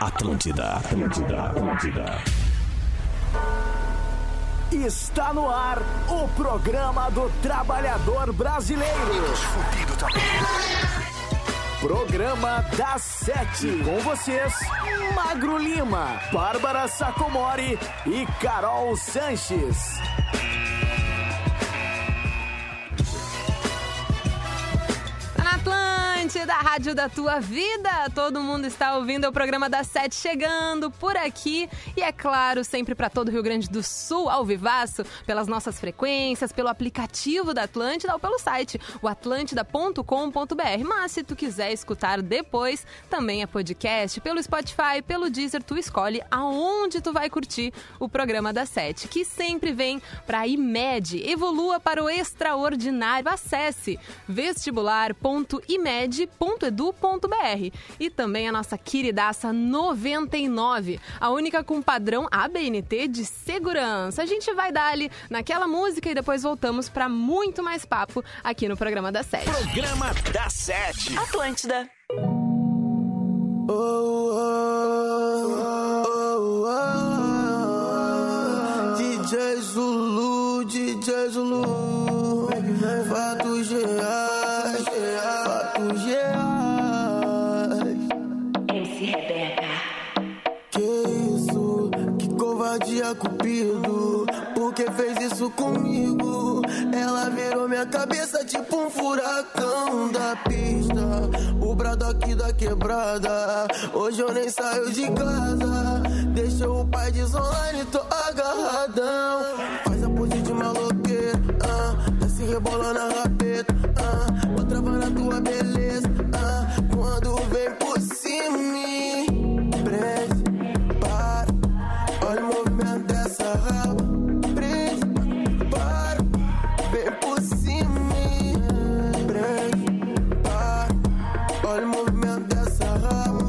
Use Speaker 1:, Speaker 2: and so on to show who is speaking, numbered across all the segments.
Speaker 1: Atlântida, Atlântida, Atlântida.
Speaker 2: Está no ar o programa do trabalhador brasileiro. Programa das Sete. E com vocês, Magro Lima, Bárbara Sacomori e Carol Sanches.
Speaker 3: Na Atlântida, a rádio da tua vida. Todo mundo está ouvindo é o programa das sete chegando por aqui. E é claro, sempre para todo o Rio Grande do Sul, ao vivaço, pelas nossas frequências, pelo aplicativo da Atlântida ou pelo site, o atlântida.com.br. Mas se tu quiser escutar depois, também é podcast, pelo Spotify, pelo Deezer, tu escolhe aonde tu vai curtir o programa das sete, que sempre vem para a IMED. Evolua para o extraordinário. Acesse vestibular vestibular.imed.edu.br e também a nossa queridaça 99, a única com padrão ABNT de segurança. A gente vai dar ali naquela música e depois voltamos para muito mais papo aqui no programa da Sete.
Speaker 1: Programa das Sete.
Speaker 4: Atlântida.
Speaker 5: DJ Zulu, DJ Zulu, fatos reais, fatos reais.
Speaker 6: MC Rebeca.
Speaker 5: Que isso, que covardia, Cupido. Por que fez isso comigo? Ela virou minha cabeça tipo um furacão da pista. O Braddock da quebrada. Hoje eu nem saio de casa. Deixa o pai desonline, tô agarradão. Faz a pose de maloqueiro, ah. Tá se rebolando a rabeta, ah. Vou travar na tua beleza, ah. Quando vem por cima, me prende. Para, olha o movimento dessa raba. Prende, para, vem por cima. Prende, para, olha o movimento dessa raba.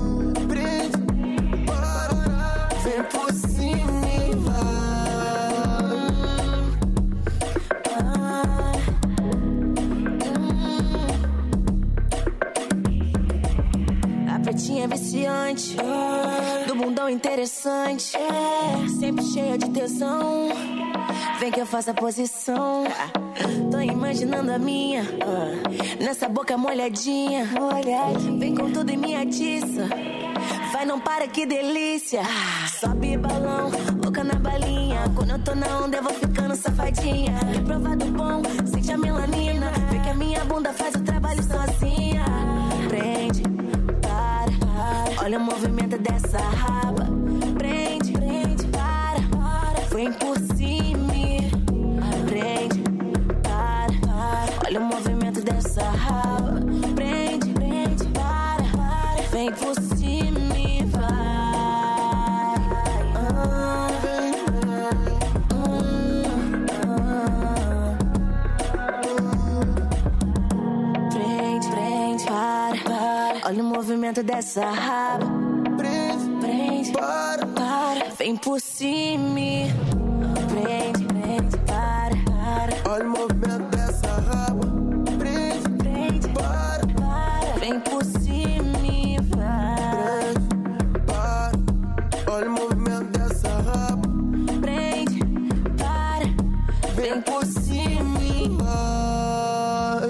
Speaker 5: Prende, para, vem por cima.
Speaker 6: A pretinha viciante, do mundão interessante, sempre cheia de tesão. Vem que eu faço a posição. Tô imaginando a minha, nessa boca molhadinha. Vem com tudo em minha tiça. Vai, não para, que delícia. Sobe balão, louca na balinha. Quando eu tô na onda, eu vou ficando safadinha. Provado bom, sente a melanina. Vê que a minha bunda faz o trabalho sozinha. Prende, para, olha o movimento dessa raba. Prende, prende, para, vem por cima. Prende, para, olha o movimento dessa raba. Prende, prende, para, vem por cima e vai. Ah, ah, ah. Prende, prende, para, para, olha o movimento dessa raba. Prende, prende, para, para, vem por cima. Prende, prende, para, para.
Speaker 5: Olha o movimento dessa raba. Prende,
Speaker 6: Prende,
Speaker 5: para,
Speaker 6: para, vem por cima e vai.
Speaker 5: prende, para. Olha o movimento dessa raba.
Speaker 6: Prende, para,
Speaker 5: Vem por cima e vai.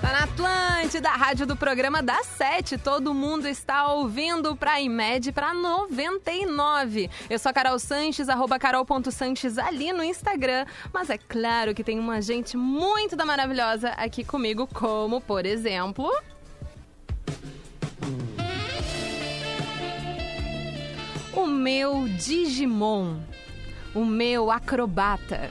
Speaker 3: Tá na Atlântida, a rádio do programa das 7. Todo mundo está ouvindo pra IMED pra 99. Eu sou a Carol Sanches, arroba carol.sanches ali no Instagram. Mas é claro que tem uma gente muito da maravilhosa aqui comigo, como, por exemplo... O meu Digimon. O meu acrobata.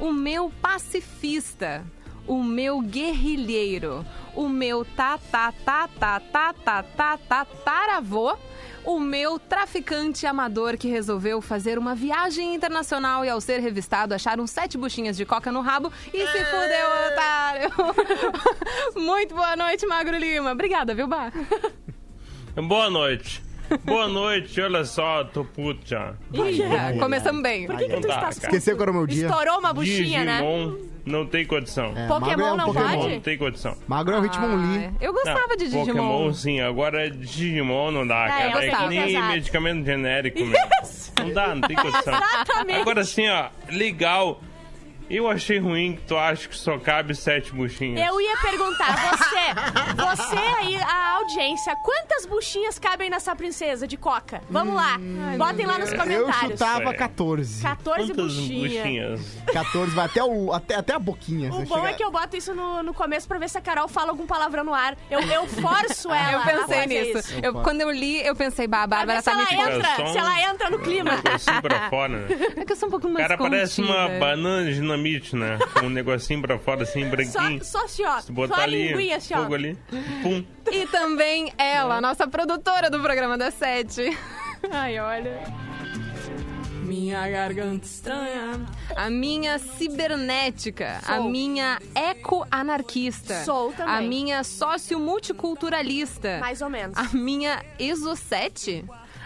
Speaker 3: O meu pacifista. O meu guerrilheiro. O meu ta ta ta ta ta ta ta ta taravô. O meu traficante amador que resolveu fazer uma viagem internacional e ao ser revistado acharam sete buchinhas de coca no rabo e
Speaker 7: É.
Speaker 3: se fudeu, otário. Muito boa noite, Magro Lima. Obrigada, viu, Bar?
Speaker 7: Boa noite. Boa noite, olha só, tô puto já.
Speaker 3: Ih, já, Começamos bem.
Speaker 7: Então tá, cara.
Speaker 8: Esqueceu que era o meu dia?
Speaker 3: Estourou uma buchinha, né?
Speaker 7: Digimon. Não tem condição.
Speaker 4: É,
Speaker 3: Pokémon
Speaker 4: magro é um
Speaker 3: não
Speaker 4: Pokémon.
Speaker 3: pode?
Speaker 7: Não tem condição.
Speaker 4: Magro é o Hitmonlee.
Speaker 3: Ah, Eu gostava
Speaker 7: Não,
Speaker 3: de
Speaker 7: Pokémon
Speaker 3: Digimon.
Speaker 7: sim, agora Digimon não dá,
Speaker 3: eu
Speaker 7: cara. É
Speaker 3: gostava.
Speaker 7: que nem
Speaker 8: Exato.
Speaker 7: medicamento genérico, meu. Não dá, não tem condição.
Speaker 3: Exatamente.
Speaker 7: Agora assim, ó, legal. Eu achei ruim que tu acha que só cabe sete buchinhas.
Speaker 8: Eu ia perguntar, você, você aí, a audiência, quantas buchinhas cabem nessa princesa de coca? Vamos lá,
Speaker 4: Hum,
Speaker 8: botem lá nos
Speaker 4: Eu
Speaker 8: comentários.
Speaker 4: chutava
Speaker 7: É.
Speaker 4: 14.
Speaker 8: 14
Speaker 7: Quantas
Speaker 8: buchinhas.
Speaker 7: buchinhas?
Speaker 4: 14, vai até, o, até, até a boquinha.
Speaker 8: O
Speaker 4: Você
Speaker 8: bom
Speaker 4: chega-
Speaker 8: é que eu boto isso no, no começo pra ver se a Carol fala algum palavrão no ar. Eu, eu forço ela.
Speaker 3: Eu
Speaker 8: a
Speaker 3: pensei
Speaker 8: fazer
Speaker 3: nisso.
Speaker 8: Isso.
Speaker 3: Eu,
Speaker 4: Opa.
Speaker 3: quando eu li, eu pensei, bah, a
Speaker 8: Pra ver
Speaker 3: Bárbara
Speaker 8: se
Speaker 3: tá me
Speaker 8: ela
Speaker 3: tirando.
Speaker 8: entra,
Speaker 7: É só
Speaker 8: se
Speaker 7: um-
Speaker 8: ela entra no clima.
Speaker 7: Um negocinho pra fora, né?
Speaker 3: É que eu sou um pouco
Speaker 7: O
Speaker 3: mais
Speaker 7: cara parece uma
Speaker 3: contida.
Speaker 7: banana de dinamite, né? Com um negocinho pra fora, assim,
Speaker 8: é? Só,
Speaker 7: branquinho.
Speaker 8: só assim, ó.
Speaker 7: Se
Speaker 8: só
Speaker 7: botar
Speaker 8: a
Speaker 7: ali,
Speaker 8: linguinha, assim, ó.
Speaker 7: fogo ali, pum.
Speaker 3: E também ela, a nossa produtora do programa da Sete. Ai, olha. Minha garganta estranha. A minha cibernética. A
Speaker 8: Sou.
Speaker 3: minha eco-anarquista.
Speaker 8: Sou também.
Speaker 3: A minha sócio-multiculturalista.
Speaker 8: Mais ou menos.
Speaker 3: A minha exocete.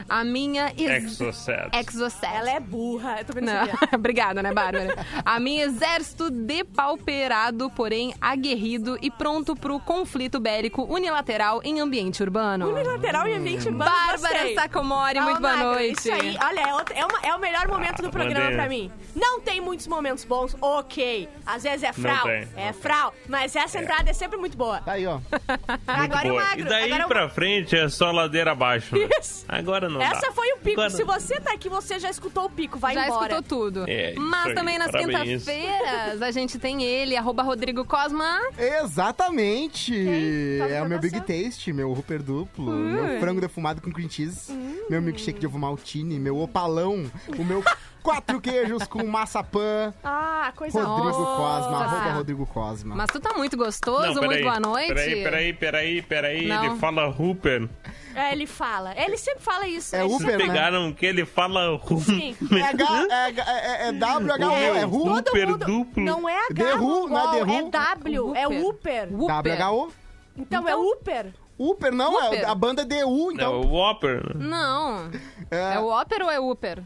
Speaker 3: A minha... Ex...
Speaker 7: Exocet.
Speaker 3: Exocete.
Speaker 8: Ela é burra. Eu tô vendo
Speaker 3: Não.
Speaker 8: isso
Speaker 3: Obrigada, né, Bárbara? A minha exército depauperado, porém aguerrido e pronto pro conflito bélico unilateral em ambiente urbano.
Speaker 8: Unilateral e
Speaker 7: Hum.
Speaker 8: ambiente urbano.
Speaker 3: Bárbara
Speaker 8: gostei.
Speaker 3: Sacomori, muito
Speaker 8: Ó,
Speaker 3: boa
Speaker 8: Magro,
Speaker 3: noite.
Speaker 8: Isso aí. Olha, é, outra- é uma- é o melhor momento do programa
Speaker 7: maneiro.
Speaker 8: pra mim. Não tem muitos momentos bons, ok. Às vezes é fral.
Speaker 7: tem, não
Speaker 8: É
Speaker 7: tem.
Speaker 8: fral. Mas essa entrada é sempre muito boa.
Speaker 4: Tá aí, ó.
Speaker 8: Agora é o
Speaker 7: Boa.
Speaker 8: magro.
Speaker 7: E daí
Speaker 8: agora o-
Speaker 7: pra frente é só ladeira abaixo. Né?
Speaker 8: Isso.
Speaker 7: Agora não dá.
Speaker 8: Essa foi o pico.
Speaker 7: Agora-
Speaker 8: Se você tá aqui, você já escutou o pico. Vai
Speaker 3: Já
Speaker 8: embora.
Speaker 3: escutou tudo.
Speaker 7: É, isso
Speaker 3: Mas
Speaker 7: aí,
Speaker 3: também nas
Speaker 7: parabéns.
Speaker 3: quintas-feiras a gente tem ele, arroba Rodrigo Cosma.
Speaker 4: Exatamente!
Speaker 8: Toma
Speaker 4: É o meu Big
Speaker 8: informação.
Speaker 4: Taste, meu Hooper duplo,
Speaker 8: Hum.
Speaker 4: meu frango defumado com cream cheese, meu milkshake de ovo maltine, meu opalão, o meu quatro queijos com maçapã.
Speaker 8: Ah, coisa
Speaker 4: Rodrigo
Speaker 8: boa.
Speaker 4: Cosma, arroba
Speaker 3: Tá.
Speaker 4: Rodrigo Cosma.
Speaker 3: Mas tu tá muito gostoso,
Speaker 7: Não,
Speaker 3: muito boa noite.
Speaker 7: Peraí, peraí, peraí, peraí.
Speaker 3: Não.
Speaker 7: Ele fala Hooper.
Speaker 8: É, ele fala. Ele sempre fala isso.
Speaker 4: É
Speaker 8: né?
Speaker 4: Uber,
Speaker 7: Vocês
Speaker 4: né?
Speaker 7: pegaram que ele fala Hooper.
Speaker 8: Sim.
Speaker 4: É, H, é, H- é, é, é W, H, U, é Ru,
Speaker 8: Todo
Speaker 7: Uber
Speaker 8: mundo...
Speaker 7: duplo.
Speaker 8: Não é H,
Speaker 4: The Who, não é The
Speaker 8: é
Speaker 4: Who?
Speaker 8: W, é Uper.
Speaker 4: W, é H, U.
Speaker 8: Então é Uper.
Speaker 4: Uper, não, é
Speaker 3: Uper.
Speaker 4: a banda DU,
Speaker 7: Não,
Speaker 4: então.
Speaker 7: É o Whopper.
Speaker 3: Não. É.
Speaker 4: É,
Speaker 3: o Ópera ou é Uper?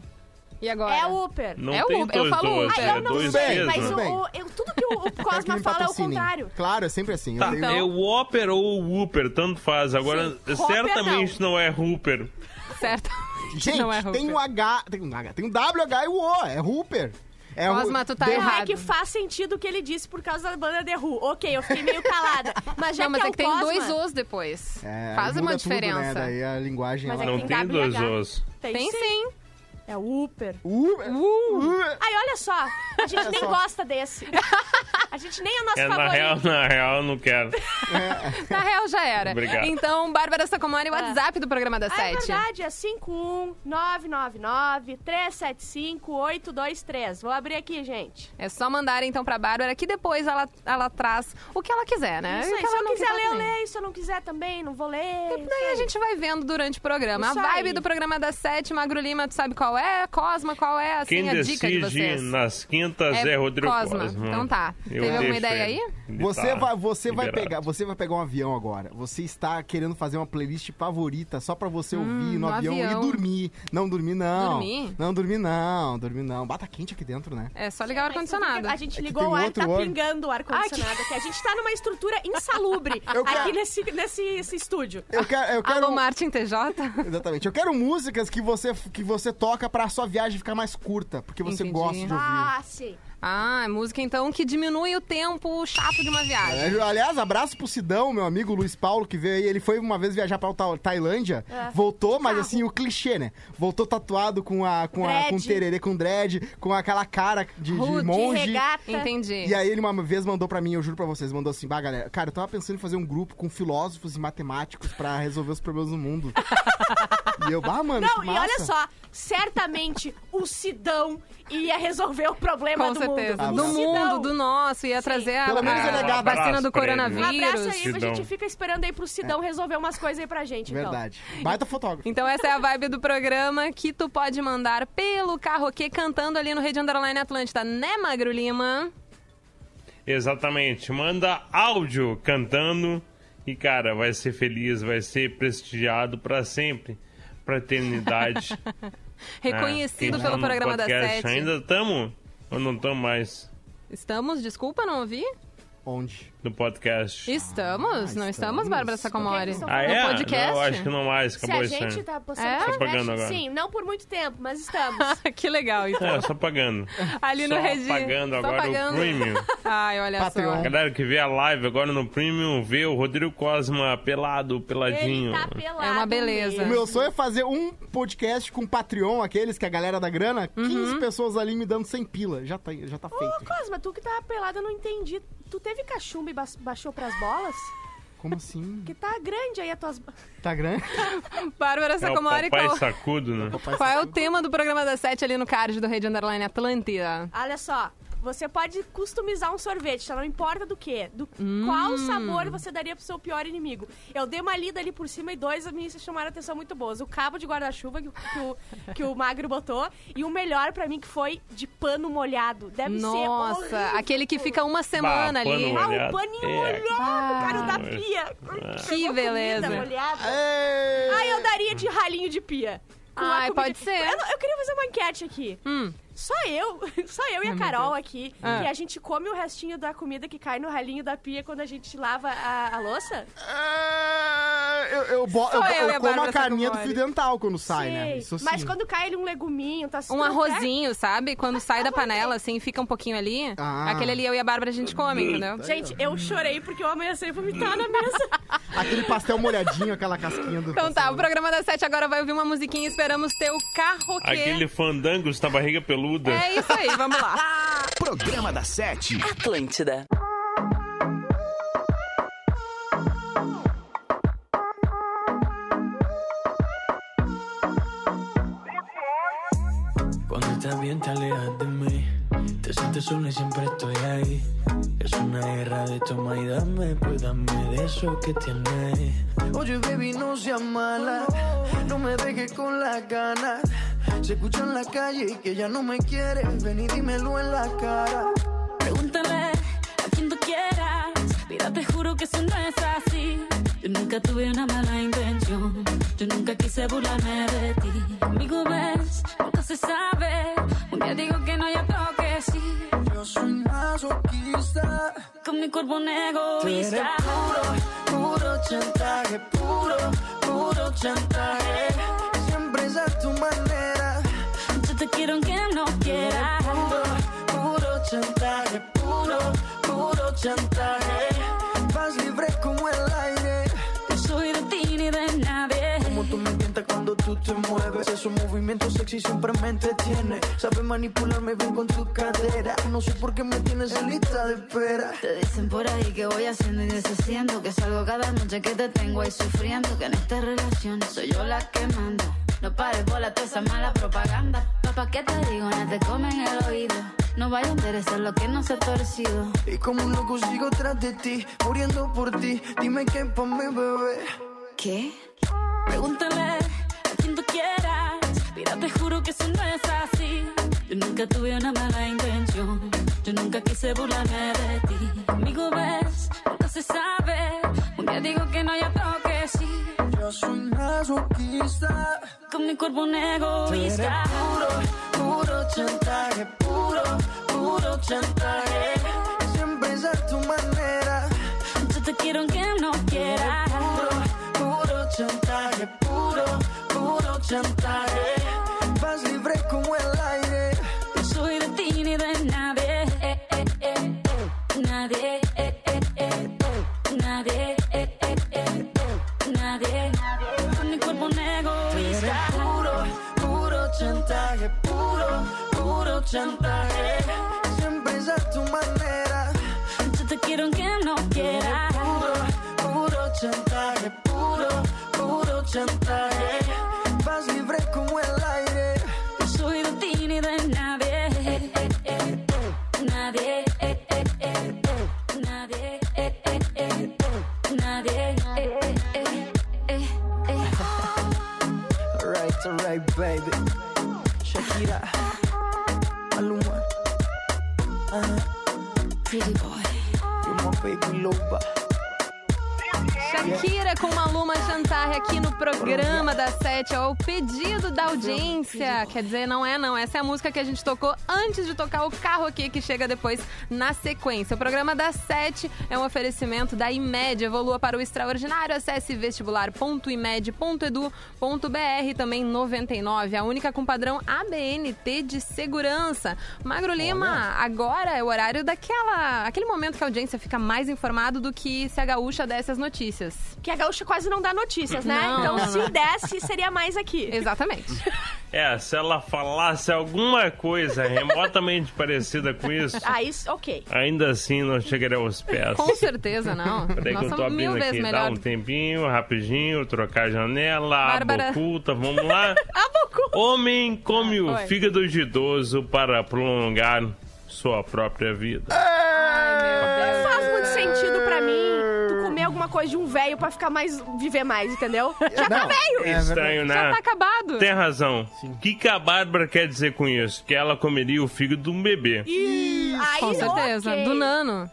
Speaker 3: E agora?
Speaker 8: É Uber.
Speaker 7: Não
Speaker 3: É o
Speaker 7: tem
Speaker 3: Uber, eu
Speaker 7: dois,
Speaker 3: falo
Speaker 7: dois,
Speaker 3: Uber.
Speaker 7: é
Speaker 8: Ah, eu não
Speaker 7: dois
Speaker 8: sei,
Speaker 7: mesmo.
Speaker 8: mas
Speaker 4: tudo
Speaker 8: o,
Speaker 4: bem.
Speaker 8: o- eu- tudo que o, o
Speaker 4: quero que
Speaker 8: Cosma
Speaker 4: me
Speaker 8: fala é o
Speaker 4: patrocinem.
Speaker 8: contrário.
Speaker 4: Claro, é sempre assim.
Speaker 7: Tá,
Speaker 4: Eu
Speaker 3: Então-
Speaker 4: tenho-
Speaker 7: é o Whopper ou o Whooper, tanto faz. Agora,
Speaker 8: Sim,
Speaker 7: certamente não. é Hooper.
Speaker 3: Certo.
Speaker 4: Gente,
Speaker 3: não é
Speaker 4: tem
Speaker 3: Hooper.
Speaker 4: um H, tem um H, tem um W, H e o O, é Hooper. É Ru-
Speaker 3: Cosma, tu tá
Speaker 4: The-
Speaker 8: Não é
Speaker 3: errado.
Speaker 8: que faz sentido o que ele disse por causa da banda The Who. Ok, eu fiquei meio calada. Mas já
Speaker 3: Não, mas
Speaker 8: que
Speaker 3: é
Speaker 8: é
Speaker 3: que tem
Speaker 8: o Cosma,
Speaker 3: dois Os depois.
Speaker 4: É,
Speaker 3: Faz
Speaker 4: muda
Speaker 3: uma
Speaker 4: tudo, né?
Speaker 3: diferença.
Speaker 4: Daí a linguagem
Speaker 8: Mas
Speaker 4: ela-
Speaker 8: é
Speaker 7: Não
Speaker 8: Tem
Speaker 7: tem
Speaker 8: W e
Speaker 7: dois
Speaker 8: H.
Speaker 7: os.
Speaker 8: Tem,
Speaker 3: Tem
Speaker 8: sim.
Speaker 3: sim.
Speaker 8: É Uber.
Speaker 4: Uber. Uber.
Speaker 8: Aí, olha só. A gente nem
Speaker 4: só.
Speaker 8: gosta desse. A gente nem é o nosso
Speaker 7: É, na
Speaker 8: favorito.
Speaker 7: real, na real, não quero.
Speaker 3: Assim, Na real, já era.
Speaker 7: Obrigado.
Speaker 3: Então, Bárbara Sacomori, o WhatsApp do programa da
Speaker 8: Ah, é
Speaker 3: Sete.
Speaker 8: verdade, é 51999-375-823. Vou abrir aqui, gente.
Speaker 3: É só mandar então pra Bárbara, que depois ela, ela traz o que ela quiser, né?
Speaker 8: Isso
Speaker 3: O
Speaker 8: aí,
Speaker 3: que
Speaker 8: se
Speaker 3: ela
Speaker 8: eu
Speaker 3: não
Speaker 8: quiser ler, eu
Speaker 3: também.
Speaker 8: leio. Se eu não quiser também, não vou ler. isso
Speaker 3: Daí a
Speaker 8: aí.
Speaker 3: gente vai vendo durante o programa.
Speaker 8: Isso
Speaker 3: a vibe
Speaker 8: aí.
Speaker 3: do programa da Sete, Magro Lima, tu sabe qual é? Cosma, qual é? Assim,
Speaker 7: Quem
Speaker 3: a dica de
Speaker 7: decide
Speaker 3: vocês.
Speaker 7: nas quintas
Speaker 3: É
Speaker 7: é, Rodrigo
Speaker 3: Cosma.
Speaker 7: Cosma.
Speaker 3: Então tá. Teve alguma
Speaker 7: deixo
Speaker 3: ideia
Speaker 7: ele.
Speaker 3: aí?
Speaker 7: Ele
Speaker 4: Você
Speaker 7: tá
Speaker 4: vai, você vai
Speaker 7: liberado.
Speaker 4: pegar, você vai pegar um avião agora. Você está querendo fazer uma playlist favorita só pra você ouvir no
Speaker 3: Hum, no
Speaker 4: avião,
Speaker 3: avião.
Speaker 4: e dormir. Não dormir não.
Speaker 3: Dormir?
Speaker 4: Não dormir não, dormir não. Bata quente aqui dentro, né?
Speaker 3: É só ligar o
Speaker 8: Mas tu fica-
Speaker 3: ar-condicionado.
Speaker 8: A gente
Speaker 4: É que
Speaker 8: ligou
Speaker 4: tem
Speaker 8: o ar,
Speaker 4: outro
Speaker 8: tá
Speaker 4: ar.
Speaker 8: pingando o ar-condicionado aqui. A gente tá numa estrutura insalubre
Speaker 4: Eu
Speaker 8: aqui
Speaker 4: quero-
Speaker 8: nesse, nesse, esse estúdio.
Speaker 4: Eu quero, eu quero
Speaker 3: Alô, Martin TJ?
Speaker 4: Exatamente. Eu quero músicas que você que você toca pra sua viagem ficar mais curta, porque você
Speaker 3: Entendi.
Speaker 4: gosta de ouvir.
Speaker 8: Ah, sim.
Speaker 3: Ah, é música então que diminui o tempo chato de uma viagem.
Speaker 4: É, Aliás, abraço pro Sidão, meu amigo Luiz Paulo, que veio aí. Ele foi uma vez viajar pra Ta- Tailândia,
Speaker 8: É.
Speaker 4: voltou, mas assim, o clichê, né? Voltou tatuado com a com, a,
Speaker 8: Dread.
Speaker 4: com tererê, com dread, com aquela cara de, de
Speaker 3: Rude,
Speaker 4: monge.
Speaker 8: regata.
Speaker 3: Entendi.
Speaker 4: E aí ele uma vez mandou pra mim, eu juro pra vocês, mandou assim, bah, galera, cara, eu tava pensando em fazer um grupo com filósofos e matemáticos pra resolver os problemas do mundo. e eu, bah, mano,
Speaker 8: Não,
Speaker 4: que
Speaker 8: e
Speaker 4: massa.
Speaker 8: olha só, certamente o Sidão ia resolver o problema
Speaker 3: Com
Speaker 8: do
Speaker 3: certeza.
Speaker 4: Ah,
Speaker 3: do
Speaker 8: mundo. O
Speaker 4: não.
Speaker 3: mundo,
Speaker 8: Sidão.
Speaker 3: do nosso, ia trazer a,
Speaker 4: Pelo menos ele é
Speaker 3: a
Speaker 4: gato.
Speaker 3: vacina do
Speaker 7: Abraço pra ele.
Speaker 8: Um abraço aí,
Speaker 3: coronavírus.
Speaker 8: a gente
Speaker 7: Sidão.
Speaker 8: fica esperando aí pro Sidão resolver umas coisas aí pra gente, então.
Speaker 4: Verdade. Baita fotógrafo.
Speaker 3: Então essa é a vibe do programa que tu pode mandar pelo Carroquê cantando ali no Rede Underline Atlântida, né, Magro Lima?
Speaker 7: Exatamente. Manda áudio cantando e, cara, vai ser feliz, vai ser prestigiado pra sempre, pra eternidade.
Speaker 3: Reconhecido
Speaker 7: Ah, quem
Speaker 3: pelo
Speaker 7: tá no
Speaker 3: programa da
Speaker 7: podcast
Speaker 3: Sete.
Speaker 7: Ainda tamo ou não tamo mais?
Speaker 3: Estamos, desculpa, não ouvi?
Speaker 4: Onde?
Speaker 7: do podcast.
Speaker 3: Estamos, não estamos,
Speaker 4: Ah, estamos.
Speaker 3: Bárbara Sacomori.
Speaker 8: Por que que
Speaker 7: Ah,
Speaker 8: No
Speaker 7: é?
Speaker 3: podcast?
Speaker 7: Não, acho que não mais.
Speaker 8: Se
Speaker 7: Acabou
Speaker 8: a
Speaker 7: isso. né? aí.
Speaker 8: gente tá postando
Speaker 3: É?
Speaker 8: podcast,
Speaker 7: Propaganda agora.
Speaker 8: sim, não por muito tempo, mas estamos.
Speaker 3: que legal, então.
Speaker 7: É, só pagando.
Speaker 3: Ali no
Speaker 7: só
Speaker 3: Regi.
Speaker 7: pagando agora o premium.
Speaker 3: Ai, olha
Speaker 4: Patreon.
Speaker 7: Galera que vê a live agora no Premium, vê o Rodrigo Cosma pelado, peladinho.
Speaker 8: Ele tá pelado.
Speaker 3: É uma beleza.
Speaker 8: mesmo.
Speaker 4: O meu sonho é fazer um podcast com Patreon, aqueles que é a galera da grana,
Speaker 3: Uhum.
Speaker 4: 15 pessoas ali me dando sem pila. Já tá, já tá
Speaker 8: Ô,
Speaker 3: Uh,
Speaker 4: feito.
Speaker 8: Cosma, tu que tá pelado, eu não entendi. Tu teve cachumba e ba- baixou pras bolas?
Speaker 4: Como assim?
Speaker 8: Que tá grande aí as tuas...
Speaker 4: Tá grande?
Speaker 3: só. Bárbara
Speaker 7: É o
Speaker 3: Sacomori,
Speaker 7: papai
Speaker 3: qual,
Speaker 7: sacudo, né?
Speaker 3: qual é o tema do programa das sete ali no card do Rede Underline Atlântida?
Speaker 8: Olha só, você pode customizar um sorvete, tá? Não importa do que. Do
Speaker 3: Hum.
Speaker 8: qual sabor você daria pro seu pior inimigo. Eu dei uma lida ali por cima e dois me chamaram a atenção muito boas. O cabo de guarda-chuva que, o- que o, que o Magro botou e o melhor pra mim que foi de pano molhado. Deve ser
Speaker 3: Nossa,
Speaker 8: horrível.
Speaker 3: aquele que fica uma semana
Speaker 7: pano
Speaker 3: ali.
Speaker 7: molhado.
Speaker 8: Ah, o paninho
Speaker 7: É.
Speaker 8: molhado, cara, o da
Speaker 7: Ah.
Speaker 8: pia.
Speaker 3: Que
Speaker 8: Comida
Speaker 3: beleza.
Speaker 8: molhada.
Speaker 4: Ei!
Speaker 8: Ai, eu daria de ralinho de pia. Com a
Speaker 3: Ai,
Speaker 8: comida-
Speaker 3: pode ser.
Speaker 8: Eu, não- eu queria fazer uma enquete aqui.
Speaker 3: Hum.
Speaker 8: Só eu, só eu e a Carol aqui,
Speaker 3: Ah.
Speaker 8: que a gente come o restinho da comida que cai no ralinho da pia quando a gente lava a, a louça?
Speaker 4: Ah, Eu, eu, bo- eu,
Speaker 3: eu
Speaker 4: eu
Speaker 3: e a
Speaker 4: como
Speaker 3: Bárbara
Speaker 4: a carninha do
Speaker 3: Sacomori.
Speaker 4: fio dental quando sai, né?
Speaker 8: Sei.
Speaker 4: Isso sim.
Speaker 8: Mas quando cai ali um leguminho, tá
Speaker 3: Um
Speaker 8: tudo
Speaker 3: arrozinho, sabe? Quando sai da panela, assim, fica um pouquinho ali.
Speaker 4: Ah.
Speaker 3: Aquele ali eu e a Bárbara a gente
Speaker 7: Hum.
Speaker 3: come, entendeu?
Speaker 8: certo. Gente, eu chorei porque eu amanhecei vomitar na mesa.
Speaker 4: Aquele pastel molhadinho, aquela casquinha do
Speaker 3: Então tá,
Speaker 4: pastel.
Speaker 3: o programa das sete agora vai ouvir uma musiquinha e esperamos ter o carro que...
Speaker 7: Aquele fandangos na barriga peluda.
Speaker 3: É isso aí, vamos lá.
Speaker 1: Programa da Sete.
Speaker 9: Atlântida.
Speaker 10: Cuando estás bien te alejas de mí Te sientes sola y siempre estoy ahí Es una guerra de toma y dame Pues dame de eso que tienes
Speaker 5: Oye, baby, no seas mala. No me dejes con las ganas. Se escucha en la calle que ya no me quieres. Ven y dímelo en la cara.
Speaker 11: Pregúntale a quien tú quieras. Mira, te juro que eso no es así. Yo nunca tuve una mala intención. Yo nunca quise burlarme de ti. Conmigo ves, nunca se sabe. Un día digo que no, yo creo que sí.
Speaker 5: Yo soy masoquista.
Speaker 11: Con mi cuerpo un
Speaker 5: Tú eres
Speaker 11: egoísta.
Speaker 5: puro, puro chantaje, puro, puro chantaje. Siempre es a tu manera.
Speaker 11: Yo te quiero aunque no quieras.
Speaker 5: Puro, puro chantaje, puro, puro chantaje. Vas libre como el aire.
Speaker 11: No soy de ti ni de nadie.
Speaker 5: Como tú me tientas cuando tú te mueves. Esos movimientos sexy siempre me entretiene. Sabes manipularme bien con tu cadera. No sé por qué me tienes en lista de espera.
Speaker 11: Te dicen por ahí que voy haciendo y deshaciendo, que salgo cada noche que te tengo ahí sufriendo, que en esta relación soy yo la que manda. No pares bola toda esa mala propaganda. Papá, ¿qué te digo? No te comen el oído. No vaya a interesar lo que no se ha torcido.
Speaker 5: Y como un loco sigo tras de ti, muriendo por ti. Dime qué pa' mi bebé.
Speaker 11: ¿Qué? Pregúntale a quien tú quieras. Mira, te juro que eso no es así. Yo nunca tuve una mala intención. Yo nunca quise burlarme de ti. Conmigo ves, nunca se sabe. Un día digo que no, yo creo que sí.
Speaker 5: Yo soy masoquista.
Speaker 11: Con mi cuerpo un
Speaker 5: Tú eres
Speaker 11: egoísta.
Speaker 5: puro, puro chantaje, puro, puro chantaje. Siempre es a tu manera.
Speaker 11: Yo te quiero aunque no quieras.
Speaker 5: Puro, puro chantaje, puro, puro chantaje. Vas libre como el aire.
Speaker 11: No soy de ti ni de nadie. Eh, eh, eh, eh. Nadie. eh, eh, eh, eh. Nadie. eh, eh, eh, eh. Nadie. Con mi cuerpo un egoísta.
Speaker 5: Puro, puro chantaje, puro, puro chantaje. Siempre es a tu manera.
Speaker 11: Yo te quiero aunque no quieras.
Speaker 5: Puro, puro chantaje, puro, puro chantaje. Vas libre como el aire.
Speaker 11: No soy de ti ni de nadie. Eh, eh, eh, eh. Nadie. eh, eh, eh, eh. Nadie. eh, eh, eh, eh. Nadie. eh, eh,
Speaker 8: É,
Speaker 11: eh, eh, eh.
Speaker 5: Alright, alright, baby. Shakira. Maluma.
Speaker 11: Pretty boy.
Speaker 5: You're my baby loba.
Speaker 3: Shakira Shakira com Maluma Chantarre aqui no programa da Sete. É o pedido da audiência. Quer dizer, não é não. Essa é a música que a gente tocou antes de tocar o carro aqui, que chega depois na sequência. O programa da Sete é um oferecimento da IMED. Evolua para o extraordinário. Acesse vestibular.imed.edu.br. Também 99, a única com padrão ABNT de segurança. Magro Lima, agora é o horário daquela... Aquele momento que a audiência fica mais informado do que se a gaúcha desse as notícias.
Speaker 8: Que a gaúcha quase não dá notícias, né?
Speaker 3: Não,
Speaker 8: então,
Speaker 3: não,
Speaker 8: se
Speaker 3: não.
Speaker 8: desse, seria mais aqui.
Speaker 3: Exatamente.
Speaker 7: É, se ela falasse alguma coisa remotamente parecida com isso,
Speaker 8: Ah, isso, ok.
Speaker 7: ainda assim não chegaria aos pés.
Speaker 3: Com certeza, não.
Speaker 7: Peraí que
Speaker 3: Nós
Speaker 7: eu tô
Speaker 3: somos mil
Speaker 7: abrindo
Speaker 3: vezes
Speaker 7: aqui, dá
Speaker 3: melhor.
Speaker 7: um tempinho, rapidinho, trocar a janela,
Speaker 3: Bárbara.
Speaker 7: aba oculta, vamos lá.
Speaker 3: Ah, Bocu!
Speaker 7: Homem come o
Speaker 3: assim? Oi.
Speaker 7: fígado de idoso para prolongar sua própria
Speaker 4: É.
Speaker 7: vida.
Speaker 3: Ai, meu Deus.
Speaker 8: Faz muito sentido pra mim tu comer alguma coisa de um velho pra ficar mais. viver mais, entendeu? Já tá
Speaker 4: Não,
Speaker 8: velho!
Speaker 4: é verdade.
Speaker 7: Estranho,
Speaker 3: Já
Speaker 7: né?
Speaker 3: tá acabado.
Speaker 7: Tem razão. O que, que a Bárbara quer dizer com isso? Que ela comeria o fígado de um bebê.
Speaker 8: Aí,
Speaker 3: Com certeza.
Speaker 8: ok.
Speaker 3: Do Nano.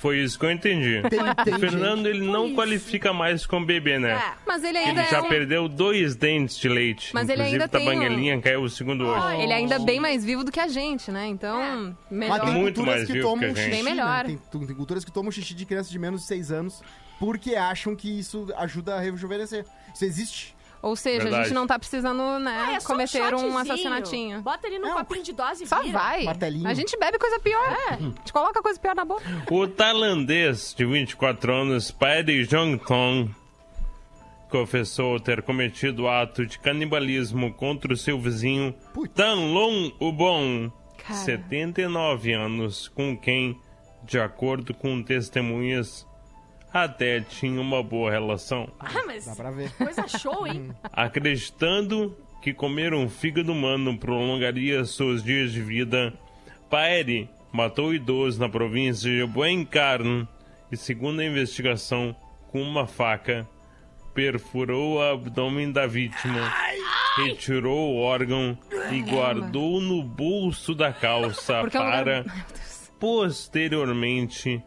Speaker 7: Foi isso que eu entendi. O
Speaker 4: Entendi.
Speaker 7: Fernando, ele não qualifica mais como bebê, né?
Speaker 8: É.
Speaker 3: Mas ele ainda
Speaker 7: Ele
Speaker 3: é
Speaker 7: já
Speaker 3: um-
Speaker 7: perdeu dois dentes de leite.
Speaker 3: Mas ele
Speaker 7: Inclusive,
Speaker 3: ainda
Speaker 7: tá
Speaker 3: tem um-
Speaker 7: banguelinha, caiu o segundo hoje.
Speaker 3: Ele ainda é bem mais vivo do que a gente, né?
Speaker 8: É.
Speaker 3: Então, melhor.
Speaker 4: Mas tem
Speaker 7: Muito
Speaker 4: culturas
Speaker 7: mais
Speaker 4: que
Speaker 7: vivo que
Speaker 4: tomam
Speaker 7: a gente.
Speaker 4: xixi.
Speaker 3: Bem
Speaker 4: né?
Speaker 3: melhor.
Speaker 4: Tem, tu- tem culturas que tomam xixi de crianças de menos de 6 anos porque acham que isso ajuda a rejuvenescer. Isso existe.
Speaker 3: Ou seja, a gente
Speaker 7: Verdade.
Speaker 3: não tá precisando,
Speaker 8: Ah,
Speaker 3: né,
Speaker 8: é só
Speaker 3: cometer um,
Speaker 8: shotzinho.
Speaker 3: assassinatinho.
Speaker 8: Bota ele num copinho de dose e
Speaker 3: Só
Speaker 8: vira.
Speaker 3: vai.
Speaker 4: Martelinho.
Speaker 3: A gente bebe coisa pior. É. A gente coloca coisa pior na boca.
Speaker 7: O tailandês de 24 anos, Paddy Jong Tong, confessou ter cometido ato de canibalismo contra o seu vizinho
Speaker 4: Putz.
Speaker 7: Tanlon Ubon,
Speaker 3: Cara.
Speaker 7: 79 anos, com quem, de acordo com testemunhas, até tinha uma boa relação.
Speaker 8: Ah, mas.
Speaker 4: Dá pra ver.
Speaker 8: Coisa show, hein?
Speaker 7: acreditando que comer um fígado humano prolongaria seus dias de vida, Paeri matou idosos na província de Buencarn e, segundo a investigação, com uma faca, perfurou o abdômen da vítima, retirou o órgão e guardou no bolso da calça
Speaker 3: Porque é um lugar-
Speaker 7: para, posteriormente,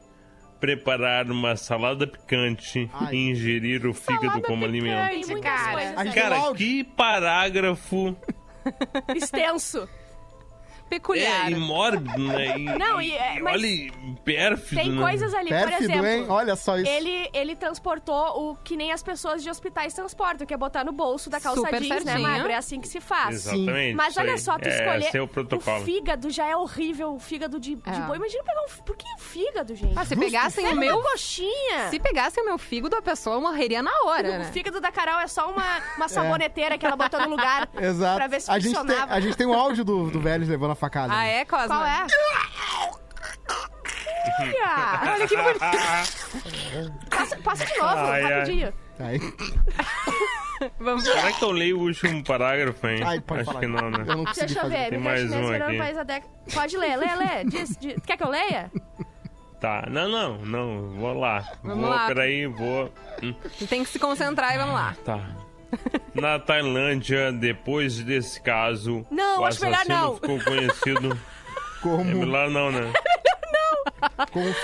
Speaker 7: preparar uma salada picante
Speaker 4: Ai.
Speaker 7: e ingerir o fígado como alimento.
Speaker 8: Tem muitas
Speaker 3: cara.
Speaker 8: coisas
Speaker 4: A gente
Speaker 8: assim.
Speaker 4: tem um
Speaker 7: Cara,
Speaker 4: áudio.
Speaker 7: que parágrafo
Speaker 8: Extenso.
Speaker 3: Peculiar.
Speaker 7: é, e mórbido, né? E,
Speaker 8: Não, e é, mas
Speaker 7: olha, e pérfido,
Speaker 8: Tem
Speaker 7: né?
Speaker 8: coisas ali, por
Speaker 4: Pérfido,
Speaker 8: exemplo. é
Speaker 4: hein? Olha só isso.
Speaker 8: Ele, ele transportou o que nem as pessoas de hospitais transportam, que é botar no bolso da calça
Speaker 3: Super
Speaker 8: jeans, né,
Speaker 3: certinho.
Speaker 8: Magro? É assim que se faz.
Speaker 7: Exatamente.
Speaker 8: Mas
Speaker 7: isso
Speaker 8: olha
Speaker 7: aí.
Speaker 8: só, tu
Speaker 7: é,
Speaker 8: escolher.
Speaker 7: Esse é o
Speaker 8: O
Speaker 7: fígado.
Speaker 8: fígado já é horrível, o fígado de, de
Speaker 3: É.
Speaker 8: boi. Imagina pegar um. f- Por que o fígado, gente?
Speaker 3: Ah, se pegassem
Speaker 8: Pega
Speaker 3: o meu.
Speaker 8: uma coxinha.
Speaker 3: Se pegassem o meu fígado, a pessoa morreria na hora,
Speaker 8: O
Speaker 3: né?
Speaker 8: fígado da Carol é só uma, uma saboneteira que ela botou no lugar
Speaker 4: Exato.
Speaker 8: pra ver se
Speaker 4: a, gente tem,
Speaker 8: funcionava.
Speaker 4: a gente tem um áudio do, do velho levando a facada.
Speaker 3: Ah,
Speaker 4: né?
Speaker 3: é, Cosma?
Speaker 8: Qual é? Olha! Olha que bonito. passa, passa de novo,
Speaker 7: Ai, ai.
Speaker 8: rapidinho.
Speaker 4: Tá aí.
Speaker 3: Vamos
Speaker 7: Será que eu leio o último parágrafo, hein?
Speaker 4: Ai, pode
Speaker 7: Acho
Speaker 4: falar.
Speaker 7: que não, né?
Speaker 4: Eu não consegui
Speaker 8: Deixa eu
Speaker 4: fazer.
Speaker 8: ver,
Speaker 7: Tem
Speaker 8: me
Speaker 7: mais
Speaker 8: deixa
Speaker 7: um
Speaker 8: mesmo
Speaker 7: aqui.
Speaker 8: no país da década. Pode ler, lê, lê. Diz, diz. Quer que eu leia?
Speaker 7: Tá. Não, não, não. Vou lá.
Speaker 3: Vamos
Speaker 7: vou,
Speaker 3: lá.
Speaker 7: peraí, vou. Hum.
Speaker 3: Tem que se concentrar e vamos lá.
Speaker 7: Tá. Na Tailândia, depois desse caso,
Speaker 8: Não,
Speaker 7: o
Speaker 8: acho melhor
Speaker 7: assassino
Speaker 8: não.
Speaker 7: ficou conhecido. É
Speaker 4: Como,
Speaker 7: melhor não, né?
Speaker 4: como
Speaker 3: Meu Deus.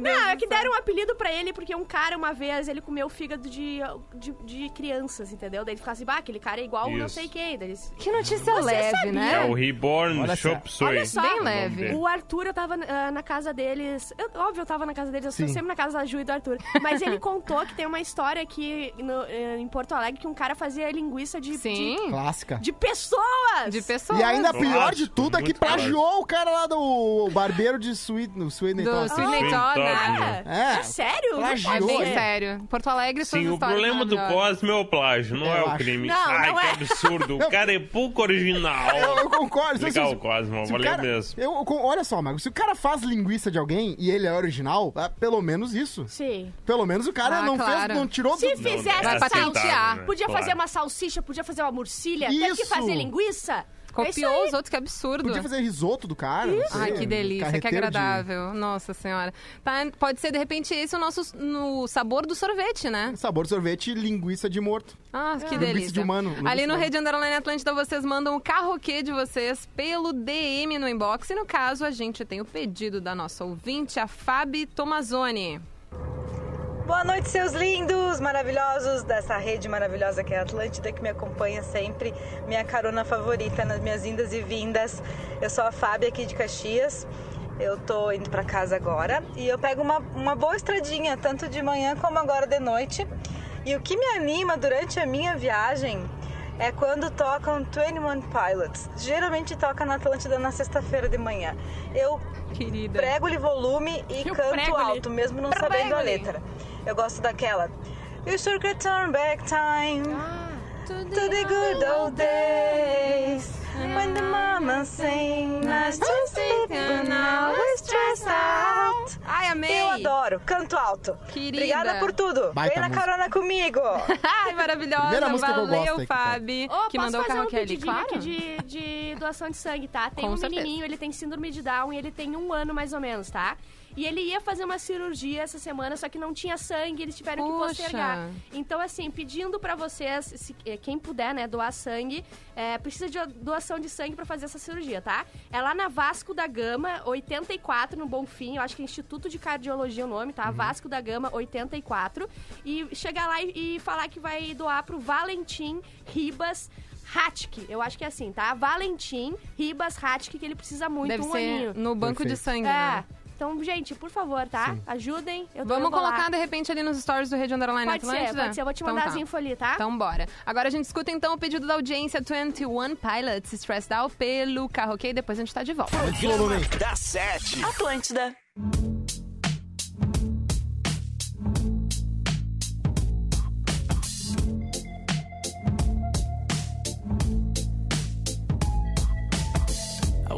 Speaker 8: Não, é que deram um apelido pra ele porque um cara, uma vez, ele comeu fígado de, de, de crianças, entendeu? Daí ele ficava assim, bah, aquele cara é igual não
Speaker 7: Isso.
Speaker 8: sei quem. Daí eles...
Speaker 3: Que notícia leve,
Speaker 8: sabia?
Speaker 7: É,
Speaker 3: né?
Speaker 7: o Reborn
Speaker 4: Olha só.
Speaker 7: Chop Suey.
Speaker 8: Olha só,
Speaker 3: Bem
Speaker 7: Vamos
Speaker 3: leve.
Speaker 7: ver.
Speaker 8: o Arthur, eu tava ah, na casa deles. Eu, óbvio, eu tava na casa deles, eu sou
Speaker 4: Sim.
Speaker 8: sempre na casa da Ju e do Arthur. Mas ele contou que tem uma história aqui no, eh, em Porto Alegre que um cara fazia linguiça de,
Speaker 3: Sim.
Speaker 8: de,
Speaker 4: clássica.
Speaker 8: de pessoas!
Speaker 3: De pessoas.
Speaker 4: E ainda
Speaker 7: Clássico,
Speaker 4: pior de tudo é que
Speaker 7: muito clássico.
Speaker 4: plagiou o cara lá do o barbeiro de Sweden. No Sweden
Speaker 3: do
Speaker 4: então,
Speaker 3: Sidney
Speaker 7: Ah.
Speaker 3: Todd.
Speaker 8: Ah,
Speaker 4: É.
Speaker 8: é sério?
Speaker 4: Plagiou,
Speaker 3: É bem
Speaker 4: É.
Speaker 3: sério. Porto Alegre suas
Speaker 7: Sim, o
Speaker 3: histórias
Speaker 7: problema do
Speaker 3: maravilhosas.
Speaker 7: Cosme é o plágio, não
Speaker 4: Eu
Speaker 7: é o
Speaker 4: acho.
Speaker 7: crime.
Speaker 8: Não,
Speaker 7: Ai,
Speaker 8: não
Speaker 7: que
Speaker 8: é.
Speaker 7: absurdo. O cara é pouco
Speaker 4: Eu, eu
Speaker 7: original.
Speaker 4: concordo. Se-
Speaker 7: Legal,
Speaker 4: se-
Speaker 7: Cosmo,
Speaker 4: se o
Speaker 7: valeu
Speaker 4: cara-
Speaker 7: mesmo.
Speaker 4: Eu, eu- olha só, Mago, se o cara faz linguiça de alguém e ele é original, ah, pelo menos isso.
Speaker 8: Sim.
Speaker 4: Pelo menos o cara
Speaker 3: Ah,
Speaker 4: não
Speaker 3: claro.
Speaker 4: fez, não tirou
Speaker 8: Se
Speaker 4: do...
Speaker 7: Não,
Speaker 8: fizesse
Speaker 7: não é
Speaker 8: salsa,
Speaker 7: aceitável, né?
Speaker 8: podia
Speaker 7: Claro.
Speaker 8: fazer uma salsicha, podia fazer uma murcilha, teve que
Speaker 4: Isso.
Speaker 8: fazer linguiça. É isso
Speaker 3: Copiou
Speaker 8: aí.
Speaker 3: os outros, que absurdo.
Speaker 4: Podia fazer risoto do cara. não sei,
Speaker 3: Ai, que
Speaker 4: um
Speaker 3: delícia, que
Speaker 4: carreteiro de-
Speaker 3: agradável. Nossa senhora. Tá, pode ser, de repente, esse é o nosso no sabor do sorvete, né?
Speaker 4: Sabor sorvete e linguiça de morto.
Speaker 3: Ah, que
Speaker 4: Linguiça
Speaker 3: delícia.
Speaker 4: de humano, linguiça
Speaker 3: Ali
Speaker 4: de
Speaker 3: no
Speaker 4: humano.
Speaker 3: Rede Underline Atlântida, vocês mandam o carroquê de vocês pelo DM no inbox. E no caso, a gente tem o pedido da nossa ouvinte, a Fabi Tomazoni.
Speaker 9: Boa noite, seus lindos, maravilhosos dessa rede maravilhosa que é a Atlântida, que me acompanha sempre, minha carona favorita nas minhas indas e vindas. Eu sou a Fábia aqui de Caxias. Eu tô indo para casa agora e eu pego uma, uma boa estradinha, tanto de manhã como agora de noite. E o que me anima durante a minha viagem é quando tocam 21 Pilots. Geralmente toca na Atlântida na sexta-feira de manhã. Eu prego-lhe volume e
Speaker 12: Eu
Speaker 9: canto
Speaker 12: prego-lhe.
Speaker 9: alto, mesmo não sabendo a
Speaker 12: Prego-lhe.
Speaker 9: letra. Eu gosto daquela. You should return back time
Speaker 3: Ah,
Speaker 9: to the, good old days. When the mama sing, I just and always stress out.
Speaker 3: Ai, amei.
Speaker 9: Eu adoro, canto alto.
Speaker 3: Querida.
Speaker 9: Obrigada por tudo.
Speaker 3: Baita
Speaker 9: Vem na
Speaker 3: música.
Speaker 9: carona comigo.
Speaker 3: Ai, maravilhosa.
Speaker 9: Primeira música que eu
Speaker 3: Valeu,
Speaker 9: gosto aí que tá.
Speaker 3: Fabi,
Speaker 8: Ô,
Speaker 3: que
Speaker 8: posso
Speaker 3: mandou o
Speaker 8: fazer
Speaker 3: carro
Speaker 8: um
Speaker 3: que é ali.
Speaker 8: pedidinho
Speaker 3: Claro.
Speaker 8: aqui de, de doação de sangue, tá? Tem
Speaker 3: Com
Speaker 8: um
Speaker 3: certeza.
Speaker 8: menininho, ele tem síndrome de Down e ele tem um ano mais ou menos, tá? E ele ia fazer uma cirurgia essa semana, só que não tinha sangue, eles tiveram
Speaker 3: Puxa.
Speaker 8: que postergar. Então, assim, pedindo pra vocês, se- eh, quem puder, né, doar sangue, eh, precisa de doação de sangue pra fazer essa cirurgia, tá? É lá na Vasco da Gama, 84, no Bonfim, eu acho que é Instituto de Cardiologia o nome, tá? Vasco da Gama, 84. E chegar lá e, e falar que vai doar pro Valentim Ribas Hatk, eu acho que é assim, tá? Valentim Ribas Hatk, que ele precisa muito,
Speaker 3: Deve
Speaker 8: um
Speaker 3: ser
Speaker 8: aninho.
Speaker 3: no banco de Perfeito. sangue,
Speaker 8: É.
Speaker 3: né?
Speaker 8: Então, gente, por favor, tá? Ajudem. Eu tô- eu
Speaker 3: Vamos
Speaker 8: vou lá.
Speaker 3: colocar, de repente, ali nos stories do Rede Underline
Speaker 8: Pode ser,
Speaker 3: Atlântida?
Speaker 8: pode ser. Eu vou te mandar
Speaker 3: então,
Speaker 8: as
Speaker 3: tá.
Speaker 8: info ali, tá?
Speaker 3: Então bora. Agora a gente escuta, então, o pedido da audiência 21 Pilots Stressed Out pelo carro, ok? Depois a gente tá de volta.
Speaker 1: Programa da Sete.
Speaker 3: Atlântida.
Speaker 13: I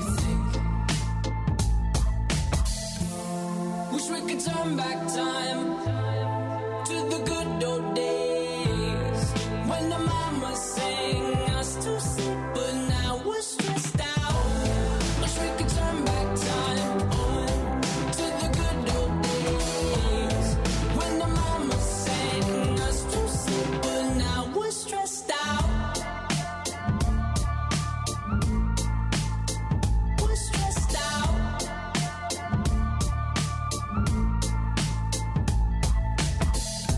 Speaker 13: think. Wish we could turn back time to the good old days when the mama sang us to sleep, but now we're stressed out. Wish we could turn back time oh, to the good old days when the mama sang us to sleep, but now we're stressed out. We're stressed out.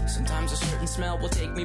Speaker 13: Sometimes a certain smell will take me